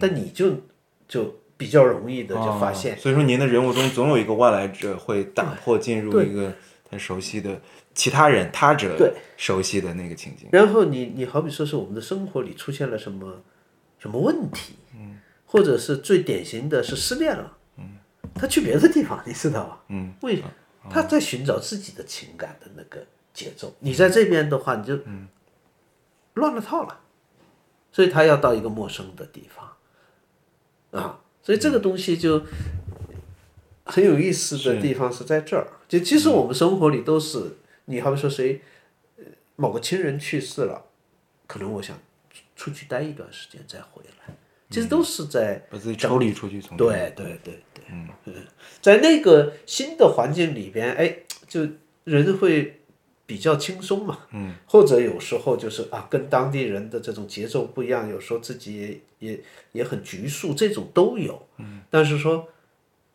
[SPEAKER 2] 但你就就比较容易的就发现
[SPEAKER 1] 哦。所以说，您的人物中总有一个外来者会打破进入一个他熟悉的其他人、他
[SPEAKER 2] 对
[SPEAKER 1] 者熟悉的那个情境。
[SPEAKER 2] 然后你你好比说是我们的生活里出现了什么什么问题，嗯，或者是最典型的是失恋了，嗯，他去别的地方，你知道吧？嗯，为他在寻找自己的情感的那个节奏，你在这边的话，你就乱了套了，所以他要到一个陌生的地方，啊，所以这个东西就很有意思的地方是在这儿。就其实我们生活里都是，你好比说谁呃某个亲人去世了，可能我想出去待一段时间再回来，其实都是在
[SPEAKER 1] 把自己抽离出去，从这
[SPEAKER 2] 对对对对，嗯，在那个新的环境里边，哎，就人会比较轻松嘛，嗯，或者有时候就是啊，跟当地人的这种节奏不一样，有时候自己也也也很局促，这种都有，嗯，但是说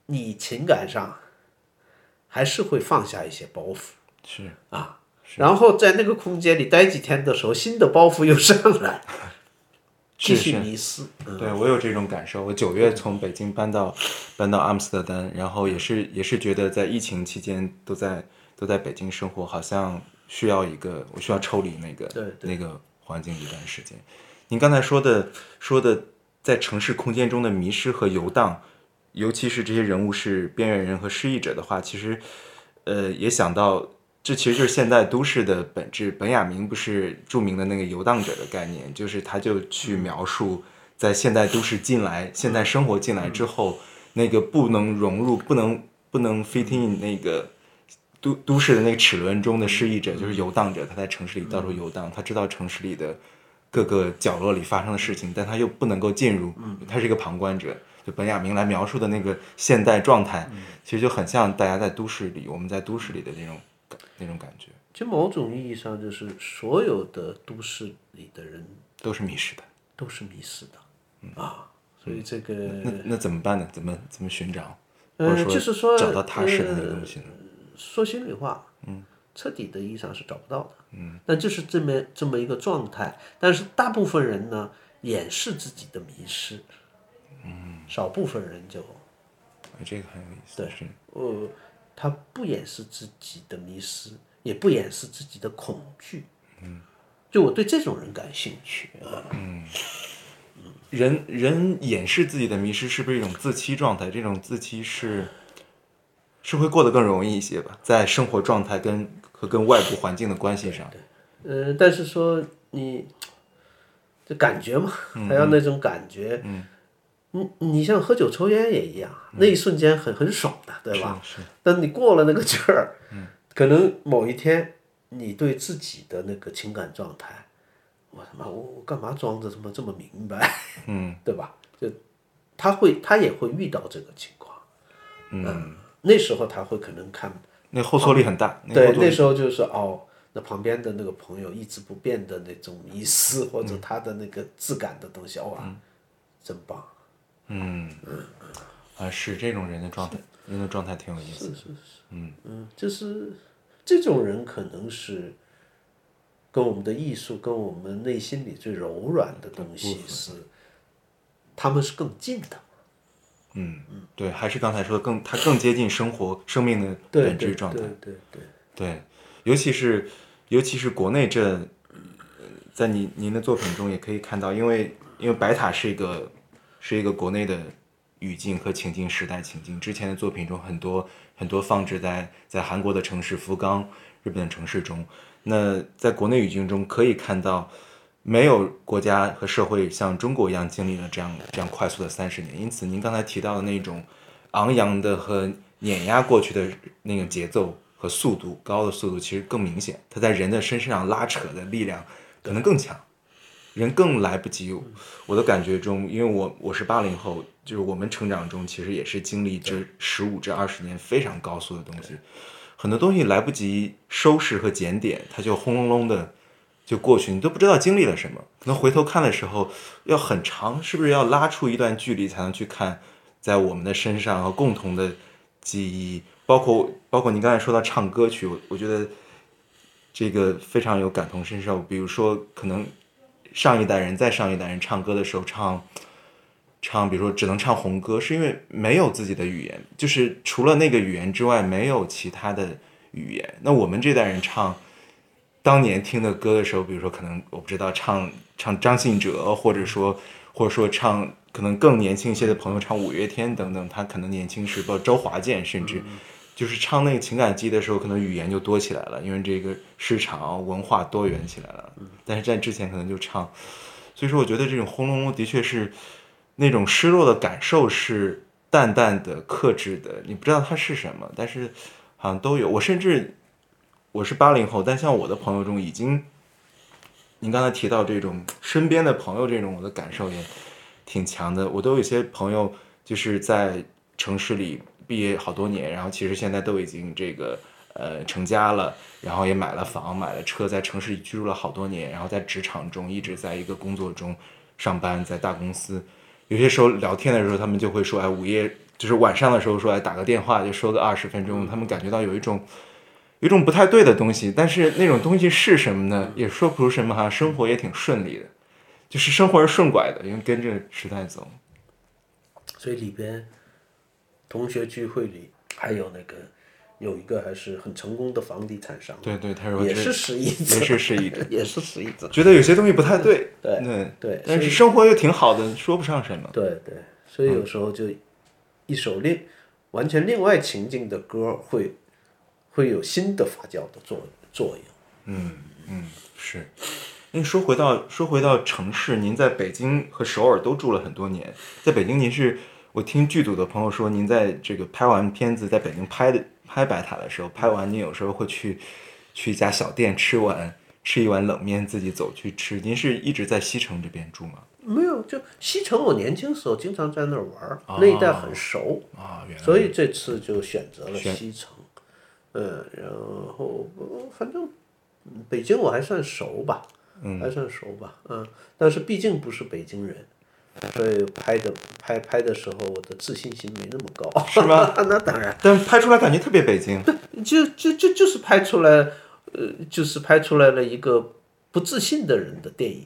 [SPEAKER 2] 你情感上还是会放下一些包袱
[SPEAKER 1] 是
[SPEAKER 2] 啊。然后在那个空间里待几天的时候，新的包袱又上
[SPEAKER 1] *laughs*
[SPEAKER 2] 来，继续迷失。
[SPEAKER 1] 对我有这种感受。我九月从北京搬到搬到阿姆斯特丹，然后也是也是觉得在疫情期间都在都在北京生活，好像需要一个我需要抽离那个
[SPEAKER 2] 对
[SPEAKER 1] 那个环境一段时间。您刚才说的说的在城市空间中的迷失和游荡，尤其是这些人物是边缘人和失意者的话，其实呃也想到。这其实就是现代都市的本质。本雅明不是著名的那个游荡者的概念，就是他就去描述在现代都市进来、现代生活进来之后，那个不能融入、不能不能 fit in 那个都都市的那个齿轮中的失意者，就是游荡者。他在城市里到处游荡，他知道城市里的各个角落里发生的事情，但他又不能够进入，
[SPEAKER 2] 嗯
[SPEAKER 1] 他是一个旁观者。就本雅明来描述的那个现代状态，
[SPEAKER 2] 嗯
[SPEAKER 1] 其实就很像大家在都市里，我们在都市里的那种感那种感觉，
[SPEAKER 2] 就某种意义上，就是所有的都市里的人
[SPEAKER 1] 都是迷失的。
[SPEAKER 2] 都是迷失
[SPEAKER 1] 嗯
[SPEAKER 2] 的啊，所以这个
[SPEAKER 1] 那那怎么办呢？怎么怎么寻找，嗯或者
[SPEAKER 2] 呃
[SPEAKER 1] 说
[SPEAKER 2] 就是说呃
[SPEAKER 1] 找到踏实的那个东西呢？
[SPEAKER 2] 说心里话，嗯，彻底的意义上是找不到的，嗯，那就是这么这么一个状态。但是大部分人呢，掩饰自己的迷失，嗯，少部分人就
[SPEAKER 1] 哎这个很有意思。对，是
[SPEAKER 2] 呃，他不掩饰自己的迷失，也不掩饰自己的恐惧，嗯，就我对这种人感兴趣啊，
[SPEAKER 1] 人人掩饰自己的迷失，是不是一种自欺状态？这种自欺是是会过得更容易一些吧？在生活状态跟和跟外部环境的关系上，
[SPEAKER 2] 呃，但是说你，这感觉嘛，还要那种感觉。嗯，你你像喝酒抽烟也一样，那一瞬间很很爽的，对吧？是。但你过了那个劲儿，嗯， *laughs* 可能某一天你对自己的那个情感状态，我他妈我我干嘛装着他妈这么明白？嗯， *laughs* 对吧？就他会他也会遇到这个情况，嗯，那时候他会可能看
[SPEAKER 1] 那后坐力很大。那
[SPEAKER 2] 对
[SPEAKER 1] 后，坐
[SPEAKER 2] 那时候就是哦，那旁边的那个朋友一直不变的那种仪式或
[SPEAKER 1] 嗯
[SPEAKER 2] 者他的那个质感的东西，哇，真棒！
[SPEAKER 1] 啊，是这种人的状态，人的状态挺有意思的。
[SPEAKER 2] 嗯，就是这种人可能是跟我们的艺术、跟我们内心里最柔软的东西是，他们是更近的。
[SPEAKER 1] 嗯，对，还是刚才说的更，它更接近生活、生命的
[SPEAKER 2] 对
[SPEAKER 1] 本质状态。
[SPEAKER 2] 对对对
[SPEAKER 1] 对，尤其是尤其是国内这，呃在您您的作品中也可以看到，因为因为白塔是一个是一个国内的语境和情境、时代情境。之前的作品中很多很多放置在在韩国的城市福冈、日本的城市中。那在国内语境中可以看到，没有国家和社会像中国一样经历了这样这样快速的三十年。因此，您刚才提到的那种昂扬的和碾压过去的那个节奏和速度高的速度，其实更明显，它在人的身上拉扯的力量可能更强，人更来不及。我的感觉中，因为我我是八零后，就是我们成长中其实也是经历这十五至二十年非常高速的东西，很多东西来不及收拾和检点，它就轰隆隆的。就过去，你都不知道经历了什么。可能回头看的时候要很长，是不是要拉出一段距离才能去看，在我们的身上和共同的记忆，包括包括您刚才说到唱歌曲，我我觉得这个非常有感同身受。比如说，可能上一代人再上一代人唱歌的时候唱。唱，比如说只能唱红歌，是因为没有自己的语言，就是除了那个语言之外，没有其他的语言。那我们这代人唱，当年听的歌的时候，比如说可能我不知道唱唱张信哲，或者说或者说唱可能更年轻一些的朋友唱五月天等等，他可能年轻时包括周华健，甚至就是唱那个情感季的时候，可能语言就多起来了，因为这个市场文化多元起来了。但是在之前可能就唱，所以说我觉得这种轰隆隆的确是那种失落的感受是淡淡的、克制的，你不知道它是什么，但是好像都有。我甚至我是八零后，但像我的朋友中已经，您刚才提到这种身边的朋友这种，我的感受也挺强的。我都有些朋友就是在城市里毕业好多年，然后其实现在都已经这个呃成家了，然后也买了房、买了车，在城市里居住了好多年，然后在职场中一直在一个工作中上班，在大公司。有些时候聊天的时候，他们就会说：“哎，午夜就是晚上的时候说，哎，打个电话就说个二十分钟，他们感觉到有一种有一种不太对的东西，但是那种东西是什么呢？也说不出什么哈，生活也挺顺利的，就是生活是顺拐的，因为跟着时代走。
[SPEAKER 2] 所以里边同学聚会里还有那个有一个还是很成功的房地产商，
[SPEAKER 1] 对对，他说
[SPEAKER 2] 也
[SPEAKER 1] 哎这
[SPEAKER 2] 是失忆者，
[SPEAKER 1] 也是失忆者，
[SPEAKER 2] 也是失忆者，
[SPEAKER 1] 觉得有些东西不太对，
[SPEAKER 2] 对
[SPEAKER 1] 对
[SPEAKER 2] 对
[SPEAKER 1] 但是生活又挺好的，说不上什么。
[SPEAKER 2] 对对，所以有时候就一首另完全另外情境的歌会会有新的发酵的作作用。
[SPEAKER 1] 是，那说回到说回到城市，您在北京和首尔都住了很多年，在北京您是，我听剧组的朋友说，您在这个拍完片子在北京拍的拍白塔的时候，拍完您有时候会去去一家小店吃完吃一碗冷面，自己走去吃。您是一直在西城这边住吗？
[SPEAKER 2] 没有，就西城，我年轻时候经常在那儿玩儿，那一带很熟，
[SPEAKER 1] 啊，原
[SPEAKER 2] 所以这次就选择了西城。嗯，然后呃反正嗯北京我还算熟吧，还算熟吧，嗯，但是毕竟不是北京人，所以拍的拍拍的时候，我的自信心没那么高，是吗？哦 *laughs* 那当然。
[SPEAKER 1] 但拍出来感觉特别北京。
[SPEAKER 2] 就就就就是拍出来，呃，就是拍出来了一个不自信的人的电影。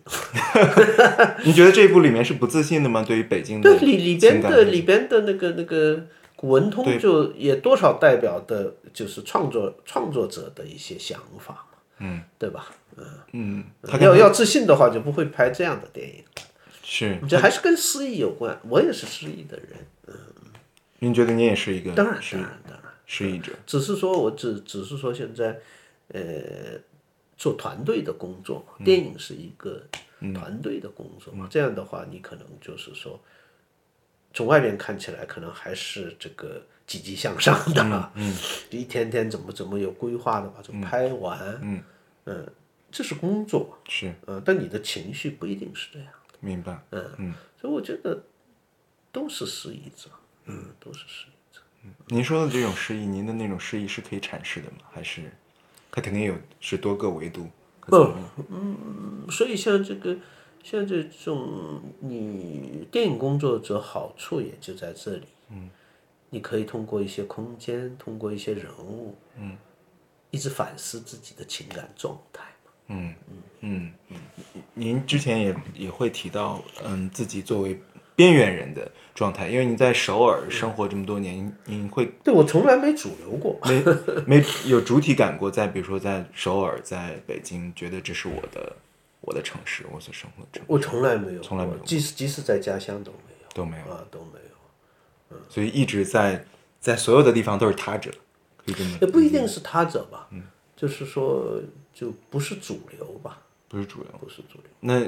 [SPEAKER 1] 您觉得这一部里面是不自信的吗？对于北京的
[SPEAKER 2] 对里里边
[SPEAKER 1] 情感
[SPEAKER 2] 的里边的那个那个古文
[SPEAKER 1] 对
[SPEAKER 2] 通就也多少代表的，就是创作创作者的一些想法嘛，嗯，对吧？
[SPEAKER 1] 嗯，他跟
[SPEAKER 2] 要要自信的话，就不会拍这样的电影。
[SPEAKER 1] 是
[SPEAKER 2] 这还是跟失忆有关，我也是失忆的人，
[SPEAKER 1] 您觉得您也是一个
[SPEAKER 2] 当然
[SPEAKER 1] 失
[SPEAKER 2] 当然当然，
[SPEAKER 1] 失忆者，
[SPEAKER 2] 只是说我只只是说现在，呃，做团队的工作，电影是一个团队的工作嘛，这样的话，你可能就是说，从外面看起来可能还是这个积极向上的，嗯， *laughs* 一天天怎么怎么有规划的把这拍完，嗯，嗯，这是工作，
[SPEAKER 1] 是
[SPEAKER 2] 嗯，但你的情绪不一定是这样，
[SPEAKER 1] 明白。
[SPEAKER 2] 所以我觉得都是失意者，嗯，都是失意者。
[SPEAKER 1] 嗯您说的这种诗意，您的那种诗意是可以阐释的吗？还是它肯定有是多个维度？不，
[SPEAKER 2] 所以像这个，像这种你电影工作者好处也就在这里，嗯，你可以通过一些空间，通过一些人物，嗯，一直反思自己的情感状态嘛。
[SPEAKER 1] 您之前也也会提到，嗯，自己作为边缘人的状态，因为您在首尔生活这么多年，您您
[SPEAKER 2] *laughs*
[SPEAKER 1] 会
[SPEAKER 2] 对我从来没主流过，
[SPEAKER 1] 没没有主体感过在，比如说在首尔，在北京，觉得这是我的我的城市，我所生活的城市
[SPEAKER 2] 我从来没有过，
[SPEAKER 1] 从来没有过
[SPEAKER 2] 即使即使在家乡都没有，
[SPEAKER 1] 都没有，
[SPEAKER 2] 啊，都没有，
[SPEAKER 1] 所以一直在在所有的地方都是他者，可以这么
[SPEAKER 2] 也不一定是他者吧，嗯，就是说就不是主流吧，
[SPEAKER 1] 不是主流。
[SPEAKER 2] 不是主流。
[SPEAKER 1] 那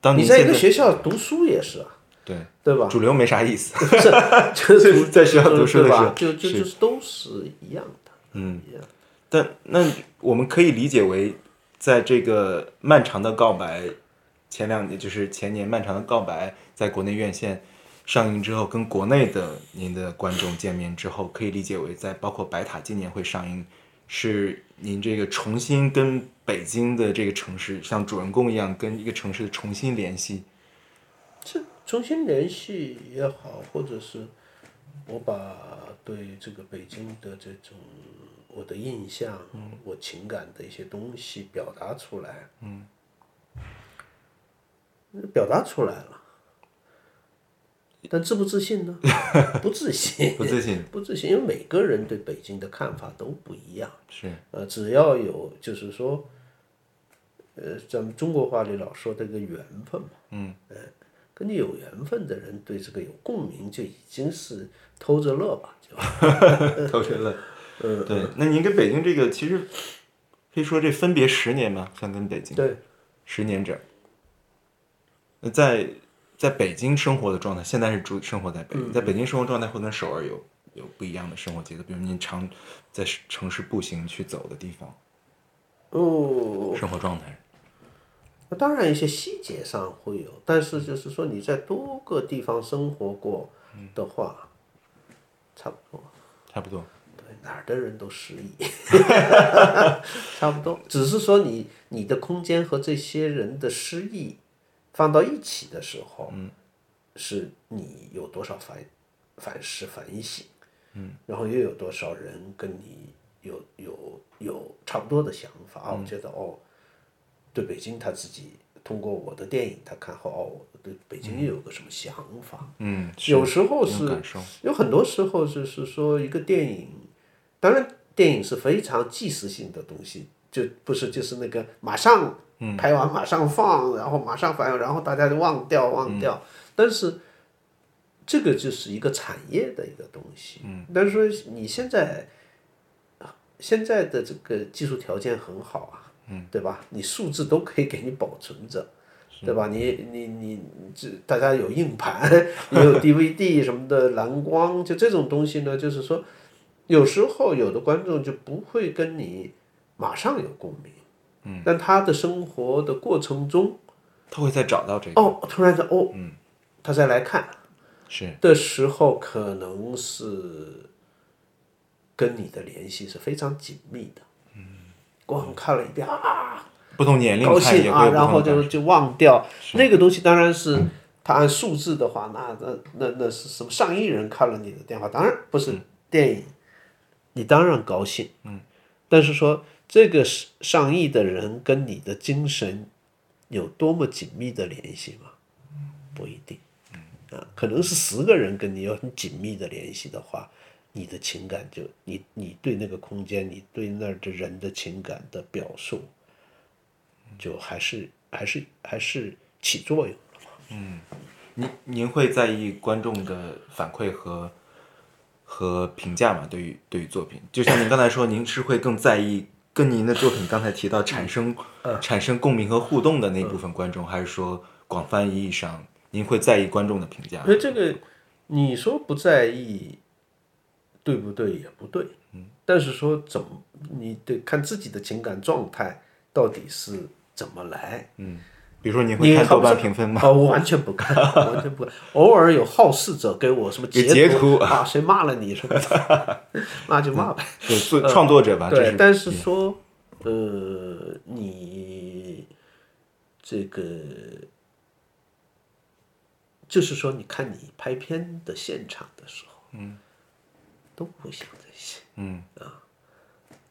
[SPEAKER 1] 当
[SPEAKER 2] 嗯你
[SPEAKER 1] 您
[SPEAKER 2] 在一
[SPEAKER 1] 现
[SPEAKER 2] 个
[SPEAKER 1] 在
[SPEAKER 2] 学校读书也是啊，
[SPEAKER 1] 对
[SPEAKER 2] 对吧？
[SPEAKER 1] 主流没啥意思。 *laughs*
[SPEAKER 2] 就是
[SPEAKER 1] 在学校读书的时候
[SPEAKER 2] 对吧就就就是都是一样的，嗯，一样。
[SPEAKER 1] 但那我们可以理解为，在这个漫长的告白前两年，就是前年漫长的告白，在国内院线上映之后，跟国内的您的观众见面之后，可以理解为在包括白塔今年会上映，是您这个重新跟北京的这个城市，像主人公一样跟一个城市的重新联系。
[SPEAKER 2] 这重新联系也好，或者是我把对这个北京的这种我的印象、
[SPEAKER 1] 嗯
[SPEAKER 2] 我情感的一些东西表达出来，嗯，表达出来了。但自不自
[SPEAKER 1] *laughs*
[SPEAKER 2] 信呢？不自信，
[SPEAKER 1] 不自
[SPEAKER 2] *laughs*
[SPEAKER 1] 信
[SPEAKER 2] 不自信，因为每个人对北京的看法都不一样。
[SPEAKER 1] 是
[SPEAKER 2] 呃，只要有就是说，呃，咱们中国话里老说这个缘分嘛，嗯，跟你有缘分的人对这个有共鸣，就已经是偷着乐吧，就
[SPEAKER 1] 投身了。对，那您跟北京这个其实可以说这分别十年嘛，像跟北京。
[SPEAKER 2] 对，
[SPEAKER 1] 十年整。那在在北京生活的状态，现在是住生活在北
[SPEAKER 2] 嗯
[SPEAKER 1] 京，在北京生活状态会跟首尔有有不一样的生活节奏，比如您常在市城市步行去走的地方，
[SPEAKER 2] 哦，
[SPEAKER 1] 生活状态。
[SPEAKER 2] 那当然一些细节上会有，但是就是说你在多个地方生活过的话，差不多，
[SPEAKER 1] 差不多，
[SPEAKER 2] 对，哪儿的人都失忆， *laughs* 差不多， *laughs* 只是说你你的空间和这些人的失忆放到一起的时候，嗯，是你有多少反反诗反意性，嗯，然后又有多少人跟你有有有差不多的想法
[SPEAKER 1] 嗯
[SPEAKER 2] 啊？我觉得哦，对北京他自己通过我的电影，他看后哦，我对北京又有个什么想法？
[SPEAKER 1] 嗯，
[SPEAKER 2] 有时候
[SPEAKER 1] 有
[SPEAKER 2] 是
[SPEAKER 1] 感受，
[SPEAKER 2] 有很多时候就是说一个电影，当然电影是非常即时性的东西，就不是就是那个马上
[SPEAKER 1] 嗯
[SPEAKER 2] 拍完马上放，然后马上放，然后大家就忘掉忘掉，
[SPEAKER 1] 嗯
[SPEAKER 2] 但是。这个就是一个产业的一个东西，嗯，但是说你现在现在的这个技术条件很好啊，嗯，对吧？你数字都可以给你保存着，对吧？你你你这大家有硬 *laughs* 盘，也有 DVD 什么的蓝光，就这种东西呢，就是说有时候有的观众就不会跟你马上有共鸣，嗯，但他的生活的过程中，
[SPEAKER 1] 他会再找到这个，
[SPEAKER 2] 哦，突然间哦，嗯，他再来看。
[SPEAKER 1] 是
[SPEAKER 2] 的时候，可能是跟你的联系是非常紧密的。嗯，光看了一遍啊，
[SPEAKER 1] 不同年龄
[SPEAKER 2] 高
[SPEAKER 1] 看也
[SPEAKER 2] 兴
[SPEAKER 1] 会
[SPEAKER 2] 啊，
[SPEAKER 1] 有不同的
[SPEAKER 2] 然后
[SPEAKER 1] 感
[SPEAKER 2] 就
[SPEAKER 1] 受
[SPEAKER 2] 就忘掉那个东西。当然是他按数字的话，那那那那是什么？上亿人看了你的电话，当然不
[SPEAKER 1] 嗯
[SPEAKER 2] 是电影，你当然高兴。嗯，但是说这个是上亿的人跟你的精神有多么紧密的联系吗？不一定。
[SPEAKER 1] 嗯
[SPEAKER 2] 啊，可能是十个人跟你有很紧密的联系的话，你的情感就你你对那个空间，你对那儿的人的情感的表述，就还是还是还是起作用了嘛。
[SPEAKER 1] 您您会在意观众的反馈和和评价吗？对于对于作品，就像您刚才说，您是会更在意跟您的作品刚才提到
[SPEAKER 2] 嗯
[SPEAKER 1] 产生、产生共鸣和互动的那部分观众，还是说广泛意义上您会在意观众的评价？
[SPEAKER 2] 所以这个你说不在意，对不对也不对，嗯，但是说怎么你得看自己的情感状态到底是怎么来，
[SPEAKER 1] 比如说您
[SPEAKER 2] 你
[SPEAKER 1] 会看
[SPEAKER 2] 好
[SPEAKER 1] 豆瓣
[SPEAKER 2] 像
[SPEAKER 1] 评分
[SPEAKER 2] *laughs*
[SPEAKER 1] 吗？
[SPEAKER 2] 啊、我完全不看，完全不看。偶尔有好事者给我什么
[SPEAKER 1] 给
[SPEAKER 2] 截图
[SPEAKER 1] 截图
[SPEAKER 2] 啊，谁骂了你什么 *laughs* 的，那就骂呗。
[SPEAKER 1] 对，做创作者吧，这
[SPEAKER 2] 嗯对
[SPEAKER 1] 是，嗯
[SPEAKER 2] 但是说，呃，你这个就是说，你看你拍片的现场的时候，嗯，都不想这些，嗯啊，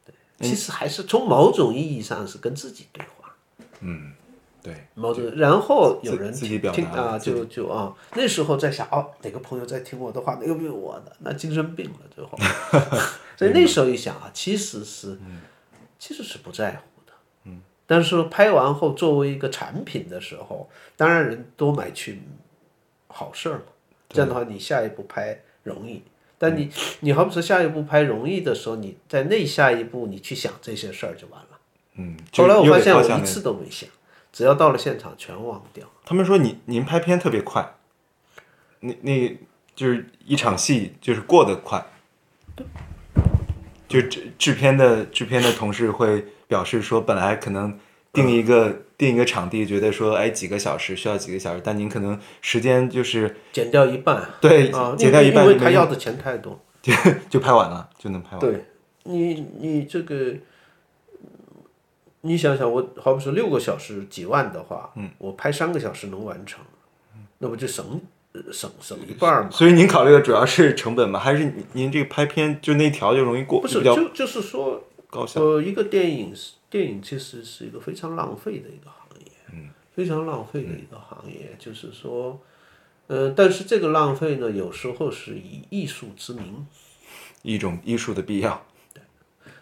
[SPEAKER 2] 对，其实还是从某种意义上是跟自己对话。
[SPEAKER 1] 对，
[SPEAKER 2] 矛盾。然后有人
[SPEAKER 1] 自
[SPEAKER 2] 听
[SPEAKER 1] 己表达
[SPEAKER 2] 听啊，
[SPEAKER 1] 自己
[SPEAKER 2] 就就啊，那时候在想哦，哪个朋友在听我的话，哪个没有我的，那精神病了最后。
[SPEAKER 1] *laughs*
[SPEAKER 2] *laughs* 所以那时候一想啊，其实是、
[SPEAKER 1] 嗯
[SPEAKER 2] 其实是不在乎的，嗯。但是拍完后作为一个产品的时候，当然人多买去好事儿嘛。这样的话，你下一步拍容易。但
[SPEAKER 1] 嗯
[SPEAKER 2] 你你好比说下一步拍容易的时候，你在那下一步你去想这些事儿就完了。
[SPEAKER 1] 嗯。就
[SPEAKER 2] 后来我
[SPEAKER 1] 又
[SPEAKER 2] 发
[SPEAKER 1] 得
[SPEAKER 2] 现
[SPEAKER 1] 靠
[SPEAKER 2] 我
[SPEAKER 1] 下
[SPEAKER 2] 一
[SPEAKER 1] 面
[SPEAKER 2] 次都没想，只要到了现场全忘掉。
[SPEAKER 1] 他们说你您拍片特别快，那那就是一场戏就是过得快，就制制片的制片的同事会表示说，本来可能定一个、定一个场地，觉得说哎几个小时需要几个小时，但您可能时间就是 *laughs*
[SPEAKER 2] 减掉一半，
[SPEAKER 1] 对、
[SPEAKER 2] 啊，
[SPEAKER 1] 减掉一半
[SPEAKER 2] 因
[SPEAKER 1] 就
[SPEAKER 2] 为因为他
[SPEAKER 1] 没
[SPEAKER 2] 要的钱太多。
[SPEAKER 1] 就就拍完了，就能拍完。
[SPEAKER 2] 对，你你这个，你想想，我好比说六个小时几万的话，嗯，我拍三个小时能完成，那不就省呃省省一半儿嘛？
[SPEAKER 1] 所以您考虑的主要是成本吗？还是您您这个拍片就那条就容易过，
[SPEAKER 2] 不是，
[SPEAKER 1] 比较
[SPEAKER 2] 就就是说，
[SPEAKER 1] 高效？
[SPEAKER 2] 呃，一个电影是电影其实是一个非常浪费的一个行业，嗯，非常浪费的一个行业，就是说，呃，但是这个浪费呢，有时候是以艺术之名。
[SPEAKER 1] 一种艺术的必要。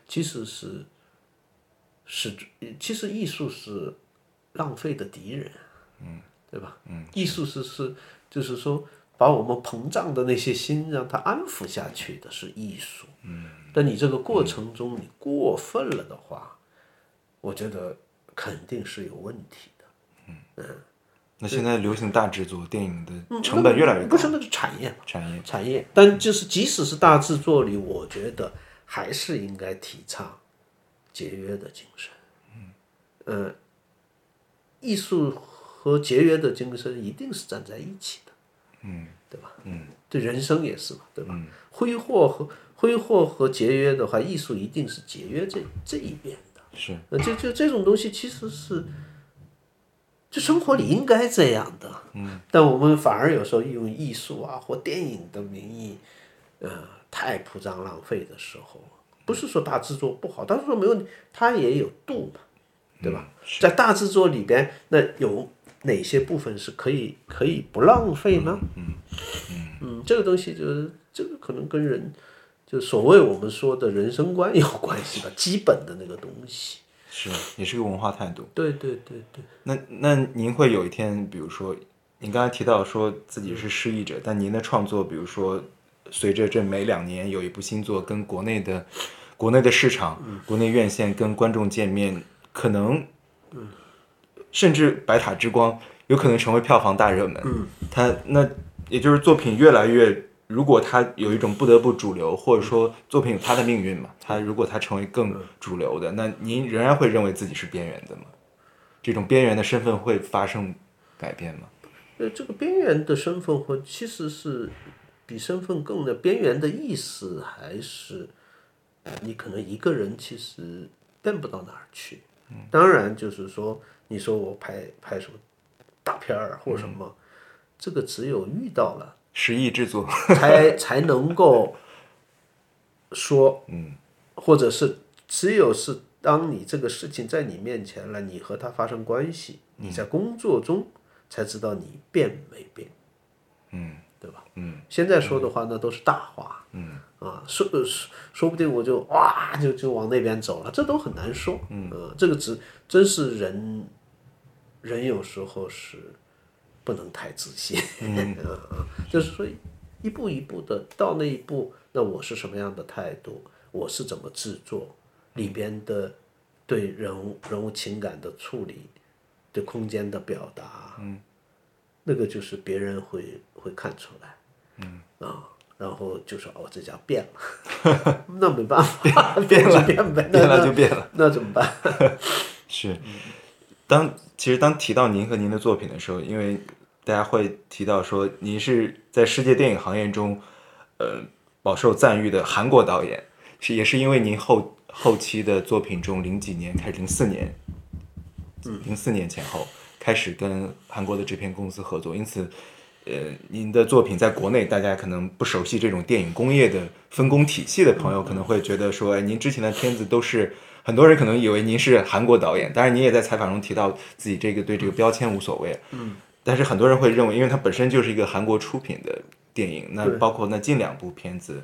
[SPEAKER 2] 其实是是，其实艺术是浪费的敌人，嗯，对吧？嗯，艺术是是就是说把我们膨胀的那些心让它安抚下去的是艺术，嗯，但你这个过程中你过分了的话，我觉得肯定是有问题的。
[SPEAKER 1] 那现在流行大制作，电影的成本越来越高
[SPEAKER 2] 不，嗯是那是产业嘛，
[SPEAKER 1] 产业
[SPEAKER 2] 产业，但就是即使是大制作里，我觉得还是应该提倡节约的精神。嗯，呃，艺术和节约的精神一定是站在一起的。嗯，对吧？嗯，对人生也是嘛，对吧？
[SPEAKER 1] 嗯
[SPEAKER 2] 挥霍和挥霍和节约的话，艺术一定是节约这这一边的。
[SPEAKER 1] 是
[SPEAKER 2] 呃，这这这种东西其实是，这生活里应该这样的。嗯，但我们反而有时候用艺术啊或电影的名义，呃，太铺张浪费的时候，不是说大制作不好，但是说没问题，它也有度嘛，对吧？在大制作里边，那有哪些部分是可以可以不浪费呢？嗯嗯这个东西就是这个可能跟人，就所谓我们说的人生观有关系吧，基本的那个东西。
[SPEAKER 1] 是也是个文化态度。
[SPEAKER 2] 对对对对。
[SPEAKER 1] 那那您会有一天，比如说，您刚才提到说自己是失意者，但您的创作，比如说，随着这每两年有一部新作跟国内的国内的市场、国内院线跟观众见面，可能，甚至《白塔之光》有可能成为票房大热门。嗯，它那也就是作品越来越。如果它有一种不得不主流，或者说作品有它的命运嘛，它如果它成为更主流的，那您仍然会认为自己是边缘的吗？这种边缘的身份会发生改变吗？
[SPEAKER 2] 呃，这个边缘的身份或其实是比身份更的边缘的意思，还是你可能一个人其实变不到哪儿去。当然，就是说，你说我拍拍什么大片儿啊或什么，这个只有遇到了。
[SPEAKER 1] 十亿制
[SPEAKER 2] *laughs*
[SPEAKER 1] 作，
[SPEAKER 2] 才才能够说，嗯，或者是只有是当你这个事情在你面前了，你和他发生关系，你在工作中才知道你变没变，
[SPEAKER 1] 嗯，
[SPEAKER 2] 对吧？
[SPEAKER 1] 嗯，
[SPEAKER 2] 现在说的话那都是大话，嗯，啊，说呃说说不定我就哇就就往那边走了，这都很难说，嗯，呃、这个只真是人，人有时候是不能太自信，啊， *laughs* 就是说一步一步的到那一步，那我是什么样的态度，我是怎么制作里边的对人物人物情感的处理，对空间的表达，嗯，那个就是别人会会看出来，嗯啊。然后就说哦，这家变了， *laughs* 那没办法， *laughs* 变了变呗，那
[SPEAKER 1] 变了就变了。
[SPEAKER 2] 那怎么办？
[SPEAKER 1] 是，当其实当提到您和您的作品的时候，因为大家会提到说您是在世界电影行业中，呃，饱受赞誉的韩国导演，是也是因为您后后期的作品中，零几年开始，零四年，零四年前后开始跟韩国的制片公司合作，因此。呃，您的作品在国内大家可能不熟悉这种电影工业的分工体系的朋友，可能会觉得说，哎，您之前的片子都是很多人可能以为您是韩国导演，当然您也在采访中提到自己这个对这个标签无所谓，嗯，但是很多人会认为，因为它本身就是一个韩国出品的电影，那
[SPEAKER 2] 对
[SPEAKER 1] 包括那近两部片子，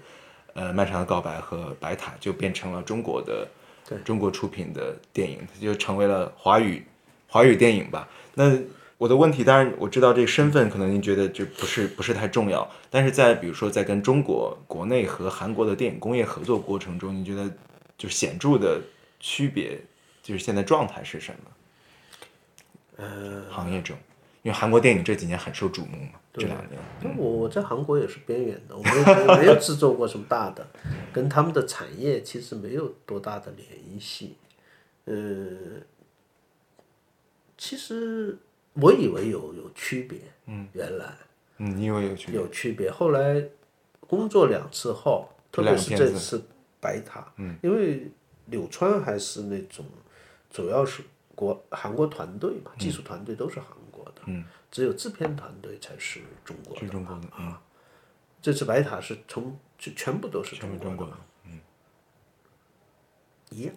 [SPEAKER 1] 呃，《漫长的告白》和《白塔》就变成了中国的
[SPEAKER 2] 对
[SPEAKER 1] 中国出品的电影，它就成为了华语华语电影吧。那我的问题，当然我知道这个身份可能您觉得就不是不是太重要，但是在比如说在跟中国国内和韩国的电影工业合作过程中，您觉得就显著的区别就是现在状态是什么？呃，行业中，因为韩国电影这几年很受瞩目嘛，这两年，
[SPEAKER 2] 嗯那我我在韩国也是边缘的，我没有没有制作过什么大的，跟他们的产业其实没有多大的联系。嗯，其实我以为有有区别，嗯，原来
[SPEAKER 1] 嗯，你以为有区别？
[SPEAKER 2] 有区别，后来工作两次后，特别是
[SPEAKER 1] 两个
[SPEAKER 2] 这
[SPEAKER 1] 片子
[SPEAKER 2] 次白塔，嗯，因为柳川还是那种主要是国韩国团队嘛，技
[SPEAKER 1] 嗯
[SPEAKER 2] 术团队都是韩国的，嗯，只有制片团队才是中国
[SPEAKER 1] 是
[SPEAKER 2] 的。啊
[SPEAKER 1] 中国的，嗯，
[SPEAKER 2] 这次白塔是从就全部都是
[SPEAKER 1] 全
[SPEAKER 2] 中
[SPEAKER 1] 是
[SPEAKER 2] 国
[SPEAKER 1] 中国的，嗯
[SPEAKER 2] 一样，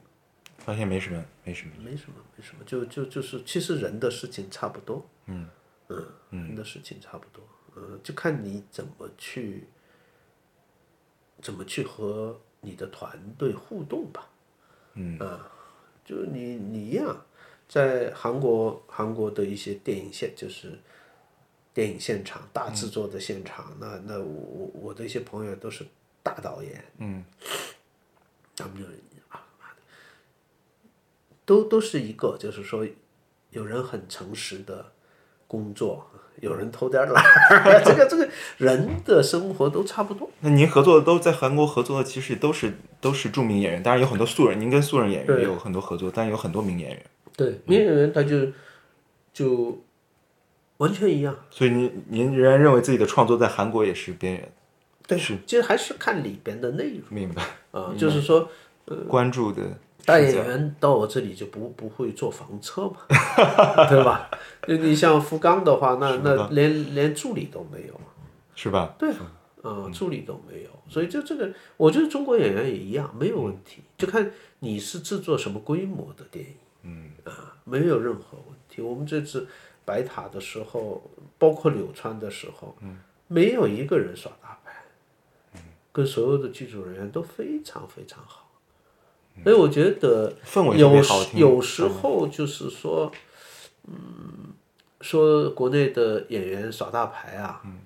[SPEAKER 1] 发现没什么，没什么。
[SPEAKER 2] 没什么没什么，就就就是其实人的事情差不多，嗯人的事情差不多，嗯，就看你怎么去怎么去和你的团队互动吧，嗯啊，就是你你一样，在韩国韩国的一些电影现就是电影现场大制作的现场，那那我我我的一些朋友都是大导演，嗯，他们就啊妈的，都都是一个，就是说有人很诚实的工作，有人偷点懒儿，啊 *laughs* 这个这个人的生活都差不多。
[SPEAKER 1] 那您合作的都在韩国合作的，其实都是都是著名演员，当然有很多素人，您跟素人演员
[SPEAKER 2] 对
[SPEAKER 1] 也有很多合作，但有很多名演员，
[SPEAKER 2] 对，名演员他就就完全一样。
[SPEAKER 1] 所以您您仍然认为自己的创作在韩国也是边缘，
[SPEAKER 2] 对，其实还是看里边的内容
[SPEAKER 1] 明白？
[SPEAKER 2] 啊，就是说
[SPEAKER 1] 关注的
[SPEAKER 2] 大演员到我这里就不不会坐房车嘛，对吧？ *laughs* 就你像福冈的话，那那连连助理都没有，
[SPEAKER 1] 是吧？
[SPEAKER 2] 对啊，啊，助理都没有，所以就这个，我觉得中国演员也一样，没有问题，就看你是制作什么规模的电影，嗯啊，没有任何问题。我们这次白塔的时候，包括柳川的时候，嗯，没有一个人耍大牌，嗯，跟所有的剧组人员都非常非常好，所以我觉得
[SPEAKER 1] 氛围特别
[SPEAKER 2] 有
[SPEAKER 1] 好
[SPEAKER 2] 时
[SPEAKER 1] 听嗯
[SPEAKER 2] 有时候就是说，嗯，说国内的演员耍大牌啊，嗯，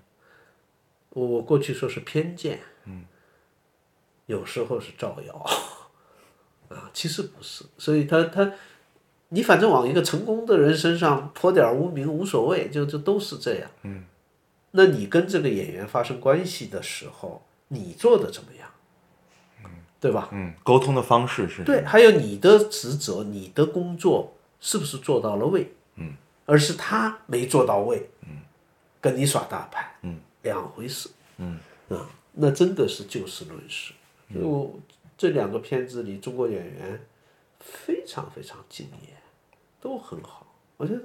[SPEAKER 2] 我我过去说是偏见，嗯，有时候是造谣，啊，其实不是，所以他他，你反正往一个成功的人身上泼点儿污名无所谓，就就都是这样，嗯，那你跟这个演员发生关系的时候，你做的怎么样？嗯，对吧？
[SPEAKER 1] 嗯，沟通的方式是
[SPEAKER 2] 对，还有你的职责、你的工作是不是做到了位？嗯，而是他没做到位，嗯，跟你耍大牌，嗯，两回事，嗯啊，那真的是就事论事。所以我这两个片子里，中国演员非常非常敬业，都很好。我觉得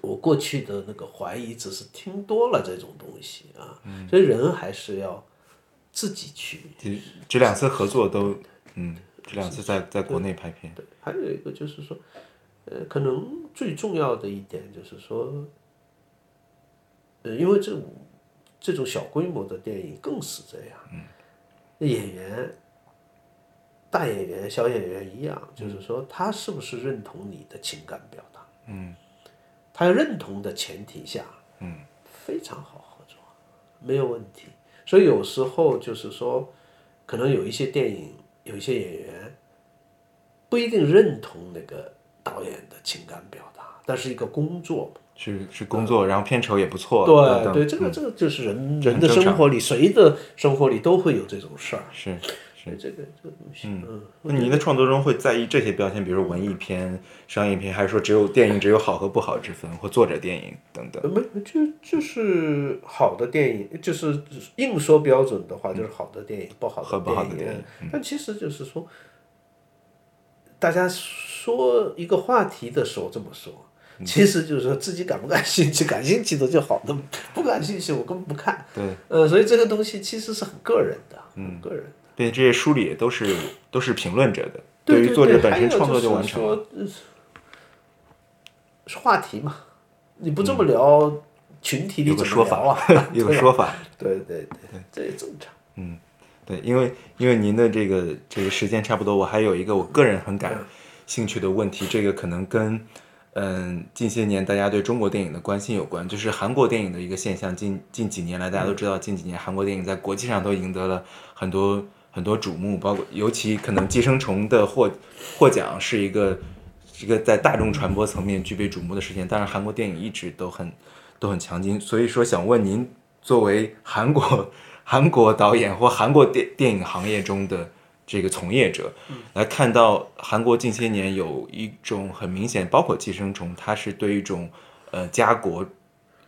[SPEAKER 2] 我过去的那个怀疑，只是听多了这种东西啊，所以人还是要自己去
[SPEAKER 1] 这这两次合作都，嗯，这两次在在国内拍片，
[SPEAKER 2] 对，还有一个就是说，呃，可能最重要的一点就是说，呃，因为这种这种小规模的电影更是这样，嗯，演员，大演员、小演员一样，就是说他是不是认同你的情感表达，嗯，他认同的前提下，嗯，非常好合作，没有问题。所以有时候就是说，可能有一些电影，有一些演员。不一定认同那个导演的情感表达，但是一个工作嘛。
[SPEAKER 1] 是是工作，然后片酬也不错，等
[SPEAKER 2] 哦呃对
[SPEAKER 1] 等
[SPEAKER 2] 对，这个这个就是嗯人
[SPEAKER 1] 这
[SPEAKER 2] 人
[SPEAKER 1] 很
[SPEAKER 2] 的
[SPEAKER 1] 正
[SPEAKER 2] 生活里，谁的生活里都会有这种事儿。
[SPEAKER 1] 是。
[SPEAKER 2] 所以这个这个东西，嗯，
[SPEAKER 1] 那您的创作中会在意这些标签，比如文艺片、商业片，还是说只有电影只有好和不好之分，或作者电影等等？
[SPEAKER 2] 没没呃就就是好的电影，就是硬说标准的话，就是好的电影，不好
[SPEAKER 1] 和
[SPEAKER 2] 的
[SPEAKER 1] 不好的电影嗯
[SPEAKER 2] 但其实就是说，大家说一个话题的时候这么说，
[SPEAKER 1] 嗯
[SPEAKER 2] 其实就是说自己感不感兴趣，感兴趣的就好的，不感兴趣我根本不看。
[SPEAKER 1] 对，嗯
[SPEAKER 2] 呃，所以这个东西其实是很个人的，很个人的。
[SPEAKER 1] 对，这些梳理也都是都是评论者的，
[SPEAKER 2] 对
[SPEAKER 1] 于
[SPEAKER 2] 对
[SPEAKER 1] 作者
[SPEAKER 2] 对
[SPEAKER 1] 本
[SPEAKER 2] 还
[SPEAKER 1] 身
[SPEAKER 2] 有
[SPEAKER 1] 创作就
[SPEAKER 2] 就
[SPEAKER 1] 是完成了。
[SPEAKER 2] 说呃是话题嘛，你不这么聊，群体
[SPEAKER 1] 嗯
[SPEAKER 2] 里
[SPEAKER 1] 有个
[SPEAKER 2] 怎么
[SPEAKER 1] 说
[SPEAKER 2] 聊
[SPEAKER 1] 法
[SPEAKER 2] 啊？ *laughs*
[SPEAKER 1] *laughs* 有个说法，
[SPEAKER 2] 对对对，这也正常。
[SPEAKER 1] 对，因为因为您的这个这个时间差不多，我还有一个我个人很感兴趣的问题，这个可能跟嗯近些年大家对中国电影的关心有关，就是韩国电影的一个现象。近近几年来，大家都知道，近几年韩国电影在国际上都赢得了很多很多瞩目，包括尤其可能《寄生虫》的获获奖是一个一个在大众传播层面具备瞩目的事件。当然，韩国电影一直都很都很强劲，所以说想问您，作为韩国 *laughs* 韩国导演或韩国电电影行业中的这个从业者，来看到韩国近些年有一种很明显，包括《寄生虫》，它是对一种呃家国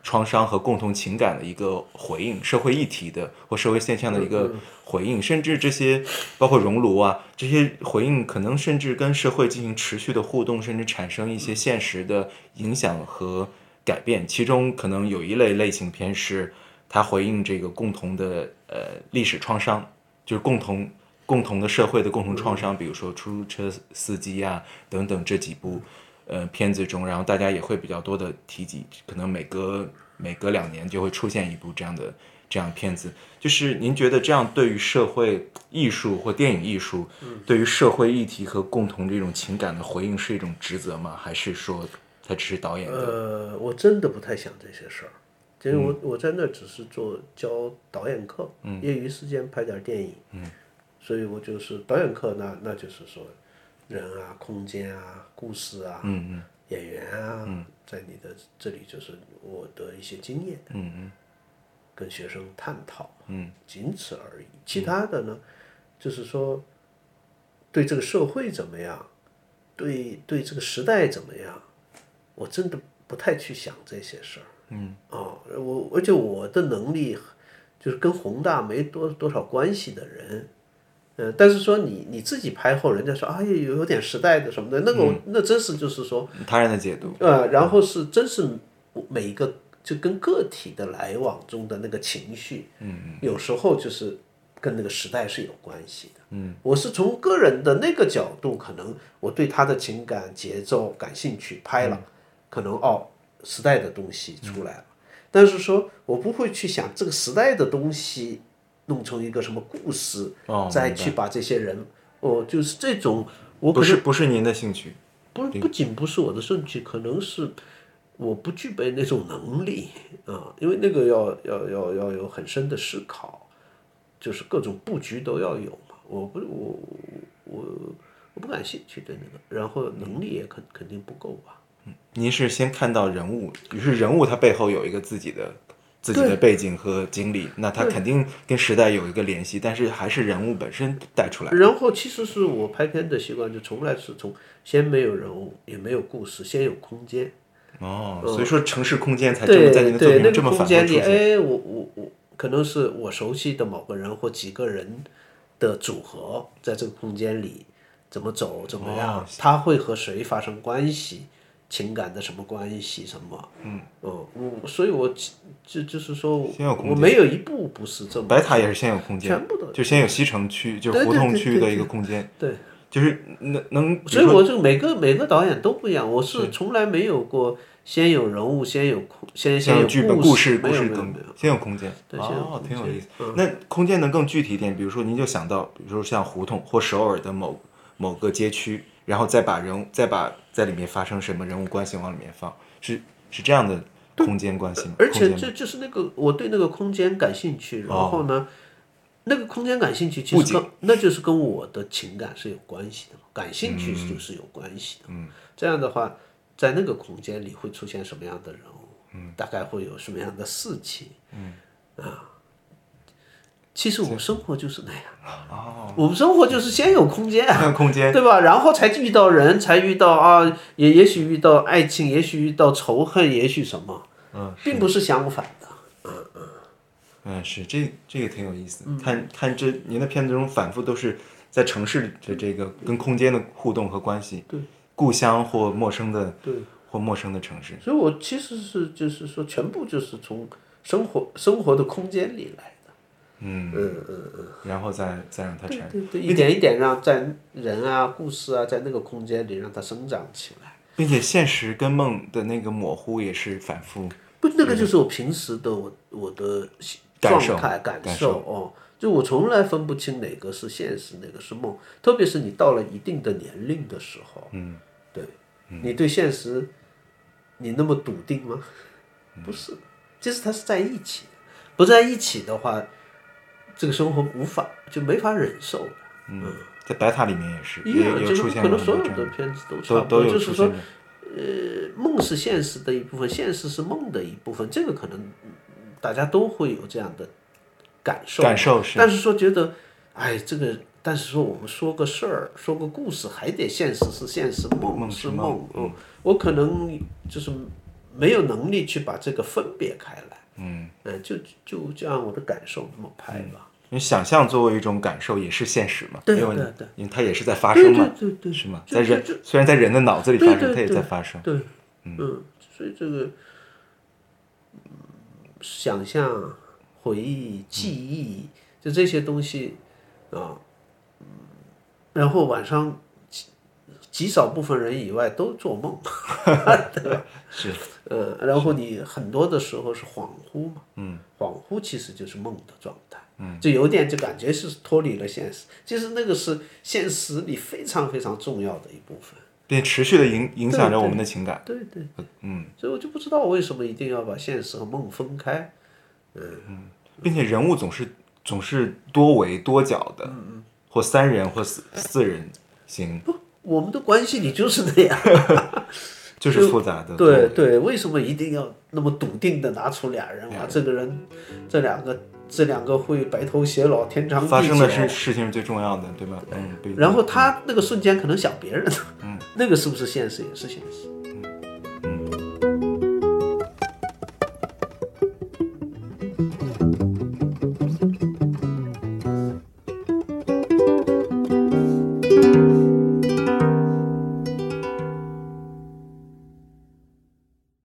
[SPEAKER 1] 创伤和共同情感的一个回应，社会议题的或社会现象的一个回应，甚至这些包括熔炉啊这些回应，可能甚至跟社会进行持续的互动，甚至产生一些现实的影响和改变。其中可能有一类类型片是它回应这个共同的呃历史创伤，就是共同共同的社会的共同创伤，比如说出租车司机啊等等这几部呃片子中，然后大家也会比较多的提及，可能每隔每隔两年就会出现一部这样的这样的片子。就是您觉得这样对于社会艺术或电影艺术，对于社会议题和共同这种情感的回应是一种职责吗？还是说它只是导演的？
[SPEAKER 2] 呃，我真的不太想这些事儿，其实我、
[SPEAKER 1] 嗯
[SPEAKER 2] 我在那只是做教导演课，业余时间拍点电影，
[SPEAKER 1] 嗯
[SPEAKER 2] 所以我就是导演课那那就是说，人啊、空间啊、故事啊，
[SPEAKER 1] 嗯
[SPEAKER 2] 演员啊，在你的这里就是我的一些经验，
[SPEAKER 1] 嗯
[SPEAKER 2] 跟学生探讨，仅此而已。
[SPEAKER 1] 嗯
[SPEAKER 2] 其他的呢，就是说，对这个社会怎么样，对对这个时代怎么样，我真的不太去想这些事儿。嗯，哦，我而且我的能力就是跟宏大没多多少关系的人，呃，但是说你你自己拍后，人家说啊有有点时代的什么的，那个我、那真是就是说。
[SPEAKER 1] 他人的解读，
[SPEAKER 2] 呃，然后是真是每一个就跟个体的来往中的那个情绪，嗯，有时候就是跟那个时代是有关系的，嗯，我是从个人的那个角度，可能我对他的情感节奏感兴趣，拍
[SPEAKER 1] 嗯
[SPEAKER 2] 了，可能哦，时代的东西出来了，但是说我不会去想这个时代的东西弄成一个什么故事，
[SPEAKER 1] 哦
[SPEAKER 2] 再去把这些人，哦，就是这种我
[SPEAKER 1] 不是不是您的兴趣，
[SPEAKER 2] 不不仅不是我的兴趣，可能是我不具备那种能力啊，因为那个要要要要有很深的思考，就是各种布局都要有嘛。我不我我我不感兴趣对那个，然后能力也肯肯定不够啊吧。
[SPEAKER 1] 您是先看到人物，于是人物他背后有一个自己的自己的背景和经历，那他肯定跟时代有一个联系，但是还是人物本身带出来。
[SPEAKER 2] 然后其实是我拍片的习惯，就从来是从先没有人物，也没有故事，先有空间。
[SPEAKER 1] 哦，所以说城市空间才这
[SPEAKER 2] 对
[SPEAKER 1] 么在您的作
[SPEAKER 2] 对
[SPEAKER 1] 品
[SPEAKER 2] 那
[SPEAKER 1] 中这
[SPEAKER 2] 个
[SPEAKER 1] 么
[SPEAKER 2] 空
[SPEAKER 1] 反复
[SPEAKER 2] 间
[SPEAKER 1] 出
[SPEAKER 2] 里，
[SPEAKER 1] 现。
[SPEAKER 2] 哎，我我我，可能是我熟悉的某个人或几个人的组合，在这个空间里怎么走怎么
[SPEAKER 1] 哦
[SPEAKER 2] 样，他会和谁发生关系，情感的什么关系什么，嗯，哦、我所以我就就是说，
[SPEAKER 1] 先有空
[SPEAKER 2] 我没有一步不是这么
[SPEAKER 1] 白塔也是先有空间，
[SPEAKER 2] 全部都
[SPEAKER 1] 就先有西城区，就是
[SPEAKER 2] 对
[SPEAKER 1] 胡
[SPEAKER 2] 对
[SPEAKER 1] 同
[SPEAKER 2] 对
[SPEAKER 1] 区
[SPEAKER 2] 对
[SPEAKER 1] 的一个空间，
[SPEAKER 2] 对。
[SPEAKER 1] 就是能能，比
[SPEAKER 2] 所
[SPEAKER 1] 如
[SPEAKER 2] 以
[SPEAKER 1] 说
[SPEAKER 2] 我就每个每个导演都不一样，我是从来没有过先有人物，先有空，先
[SPEAKER 1] 先
[SPEAKER 2] 先
[SPEAKER 1] 剧本、
[SPEAKER 2] 故
[SPEAKER 1] 事、故
[SPEAKER 2] 没有
[SPEAKER 1] 事
[SPEAKER 2] 没有
[SPEAKER 1] 更
[SPEAKER 2] 没有，
[SPEAKER 1] 先有空间。
[SPEAKER 2] 对先有
[SPEAKER 1] 哦，
[SPEAKER 2] 空
[SPEAKER 1] 挺有
[SPEAKER 2] 间嗯
[SPEAKER 1] 意思。那空间能更具体一点，比如说您就想到，比如说像胡同或首尔的某某个街区，然后再把人物，再把在里面发生什么人物关系往里面放，是是这样的空间关系吗？
[SPEAKER 2] 而
[SPEAKER 1] 空
[SPEAKER 2] 且
[SPEAKER 1] 间
[SPEAKER 2] 这就是那个我对那个空间感兴趣，然后呢，那个空间感兴趣其实跟那就是跟我的情感是有关系的嘛，感兴趣就是有关系的。嗯，这样的话，在那个空间里会出现什么样的人物？嗯，大概会有什么样的事情？嗯，啊，其实我们生活就是那样。哦，我们生活就是先有空间。
[SPEAKER 1] 看空间， *laughs*
[SPEAKER 2] 对吧？然后才遇到人，才遇到啊，也也许遇到爱情，也许遇到仇恨，也许什么，嗯，并不是相反的。
[SPEAKER 1] 嗯，是这这个挺有意思。
[SPEAKER 2] 嗯
[SPEAKER 1] 看看这您的片子中反复都是在城市的这个跟空间的互动和关系，对，故乡或陌生的，对，或陌生的城市。
[SPEAKER 2] 所以我其实是就是说，全部就是从生活生活的空间里来的，
[SPEAKER 1] 然后再再让它产，
[SPEAKER 2] 对对，一点一点让在人啊、故事啊，在那个空间里让它生长起来。
[SPEAKER 1] 并且现实跟梦的那个模糊也是反复。
[SPEAKER 2] 不，那个就是我平时的我我的状
[SPEAKER 1] 感受
[SPEAKER 2] 态感
[SPEAKER 1] 感
[SPEAKER 2] 受哦，就我从来分不清哪个是现实，哪个是梦。特别是你到了一定的年龄的时候，嗯，对，你对现实，你那么笃定吗？不是，其实它是在一起的，不在一起的话，这个生活无法就没法忍受的。
[SPEAKER 1] 嗯，在白塔里面也是，
[SPEAKER 2] 一
[SPEAKER 1] 也
[SPEAKER 2] 样，
[SPEAKER 1] 有
[SPEAKER 2] 就是
[SPEAKER 1] 出现
[SPEAKER 2] 可
[SPEAKER 1] 过
[SPEAKER 2] 能所
[SPEAKER 1] 很
[SPEAKER 2] 有
[SPEAKER 1] 多这
[SPEAKER 2] 的
[SPEAKER 1] 样
[SPEAKER 2] 片子都
[SPEAKER 1] 都
[SPEAKER 2] 差不
[SPEAKER 1] 都
[SPEAKER 2] 多，
[SPEAKER 1] 有
[SPEAKER 2] 就
[SPEAKER 1] 出现
[SPEAKER 2] 是说呃
[SPEAKER 1] 的。
[SPEAKER 2] 梦是现实的一部分，现实是梦的一部分，这个可能嗯大家都会有这样的感受。
[SPEAKER 1] 感受是
[SPEAKER 2] 但是说觉得，哎，这个，但是说我们说个事儿，说个故事，还得现实是现实，梦
[SPEAKER 1] 梦是
[SPEAKER 2] 是
[SPEAKER 1] 梦
[SPEAKER 2] 梦。嗯，我可能就是没有能力去把这个分别开来。嗯，嗯，就就就按我的感受那么拍吧。
[SPEAKER 1] 因为想象作为一种感受也是现实嘛，
[SPEAKER 2] 对
[SPEAKER 1] 因为
[SPEAKER 2] 对
[SPEAKER 1] 你
[SPEAKER 2] 对
[SPEAKER 1] 因为它也是在发
[SPEAKER 2] 对
[SPEAKER 1] 生
[SPEAKER 2] 对
[SPEAKER 1] 嘛，
[SPEAKER 2] 对对，
[SPEAKER 1] 是吗？
[SPEAKER 2] 就
[SPEAKER 1] 在
[SPEAKER 2] 就
[SPEAKER 1] 人
[SPEAKER 2] 就
[SPEAKER 1] 虽然在人的脑子里
[SPEAKER 2] 对
[SPEAKER 1] 发生，
[SPEAKER 2] 对
[SPEAKER 1] 它也
[SPEAKER 2] 对
[SPEAKER 1] 在发生。
[SPEAKER 2] 对，嗯，所以这个嗯想象、回忆、记忆，就这些东西啊，嗯，然后晚上极极少部分人以外都做梦，
[SPEAKER 1] 是
[SPEAKER 2] 呃，然后你很多的时候是恍惚嘛，嗯，恍惚其实就是梦的状态，嗯，就有点就感觉是脱离了现实，其实那个是现实里非常非常重要的一部分。
[SPEAKER 1] 并持续的影影响着我们的情感。
[SPEAKER 2] 对对，嗯，所以我就不知道为什么一定要把现实和梦分开。
[SPEAKER 1] 并且人物总是总是多维多角的，
[SPEAKER 2] 嗯
[SPEAKER 1] 或三人或四四人行，
[SPEAKER 2] 我们的关系里就是那样，
[SPEAKER 1] 就是复杂的。
[SPEAKER 2] 对对，为什么一定要那么笃定的拿出俩人啊？这个人，这两个，这两个会白头偕老，天长地久。
[SPEAKER 1] 发生的事事情是最重要的，对吧？嗯，不一定
[SPEAKER 2] *laughs* 然后他那个瞬间可能想别人，嗯，那个是不是现实也是现实？嗯，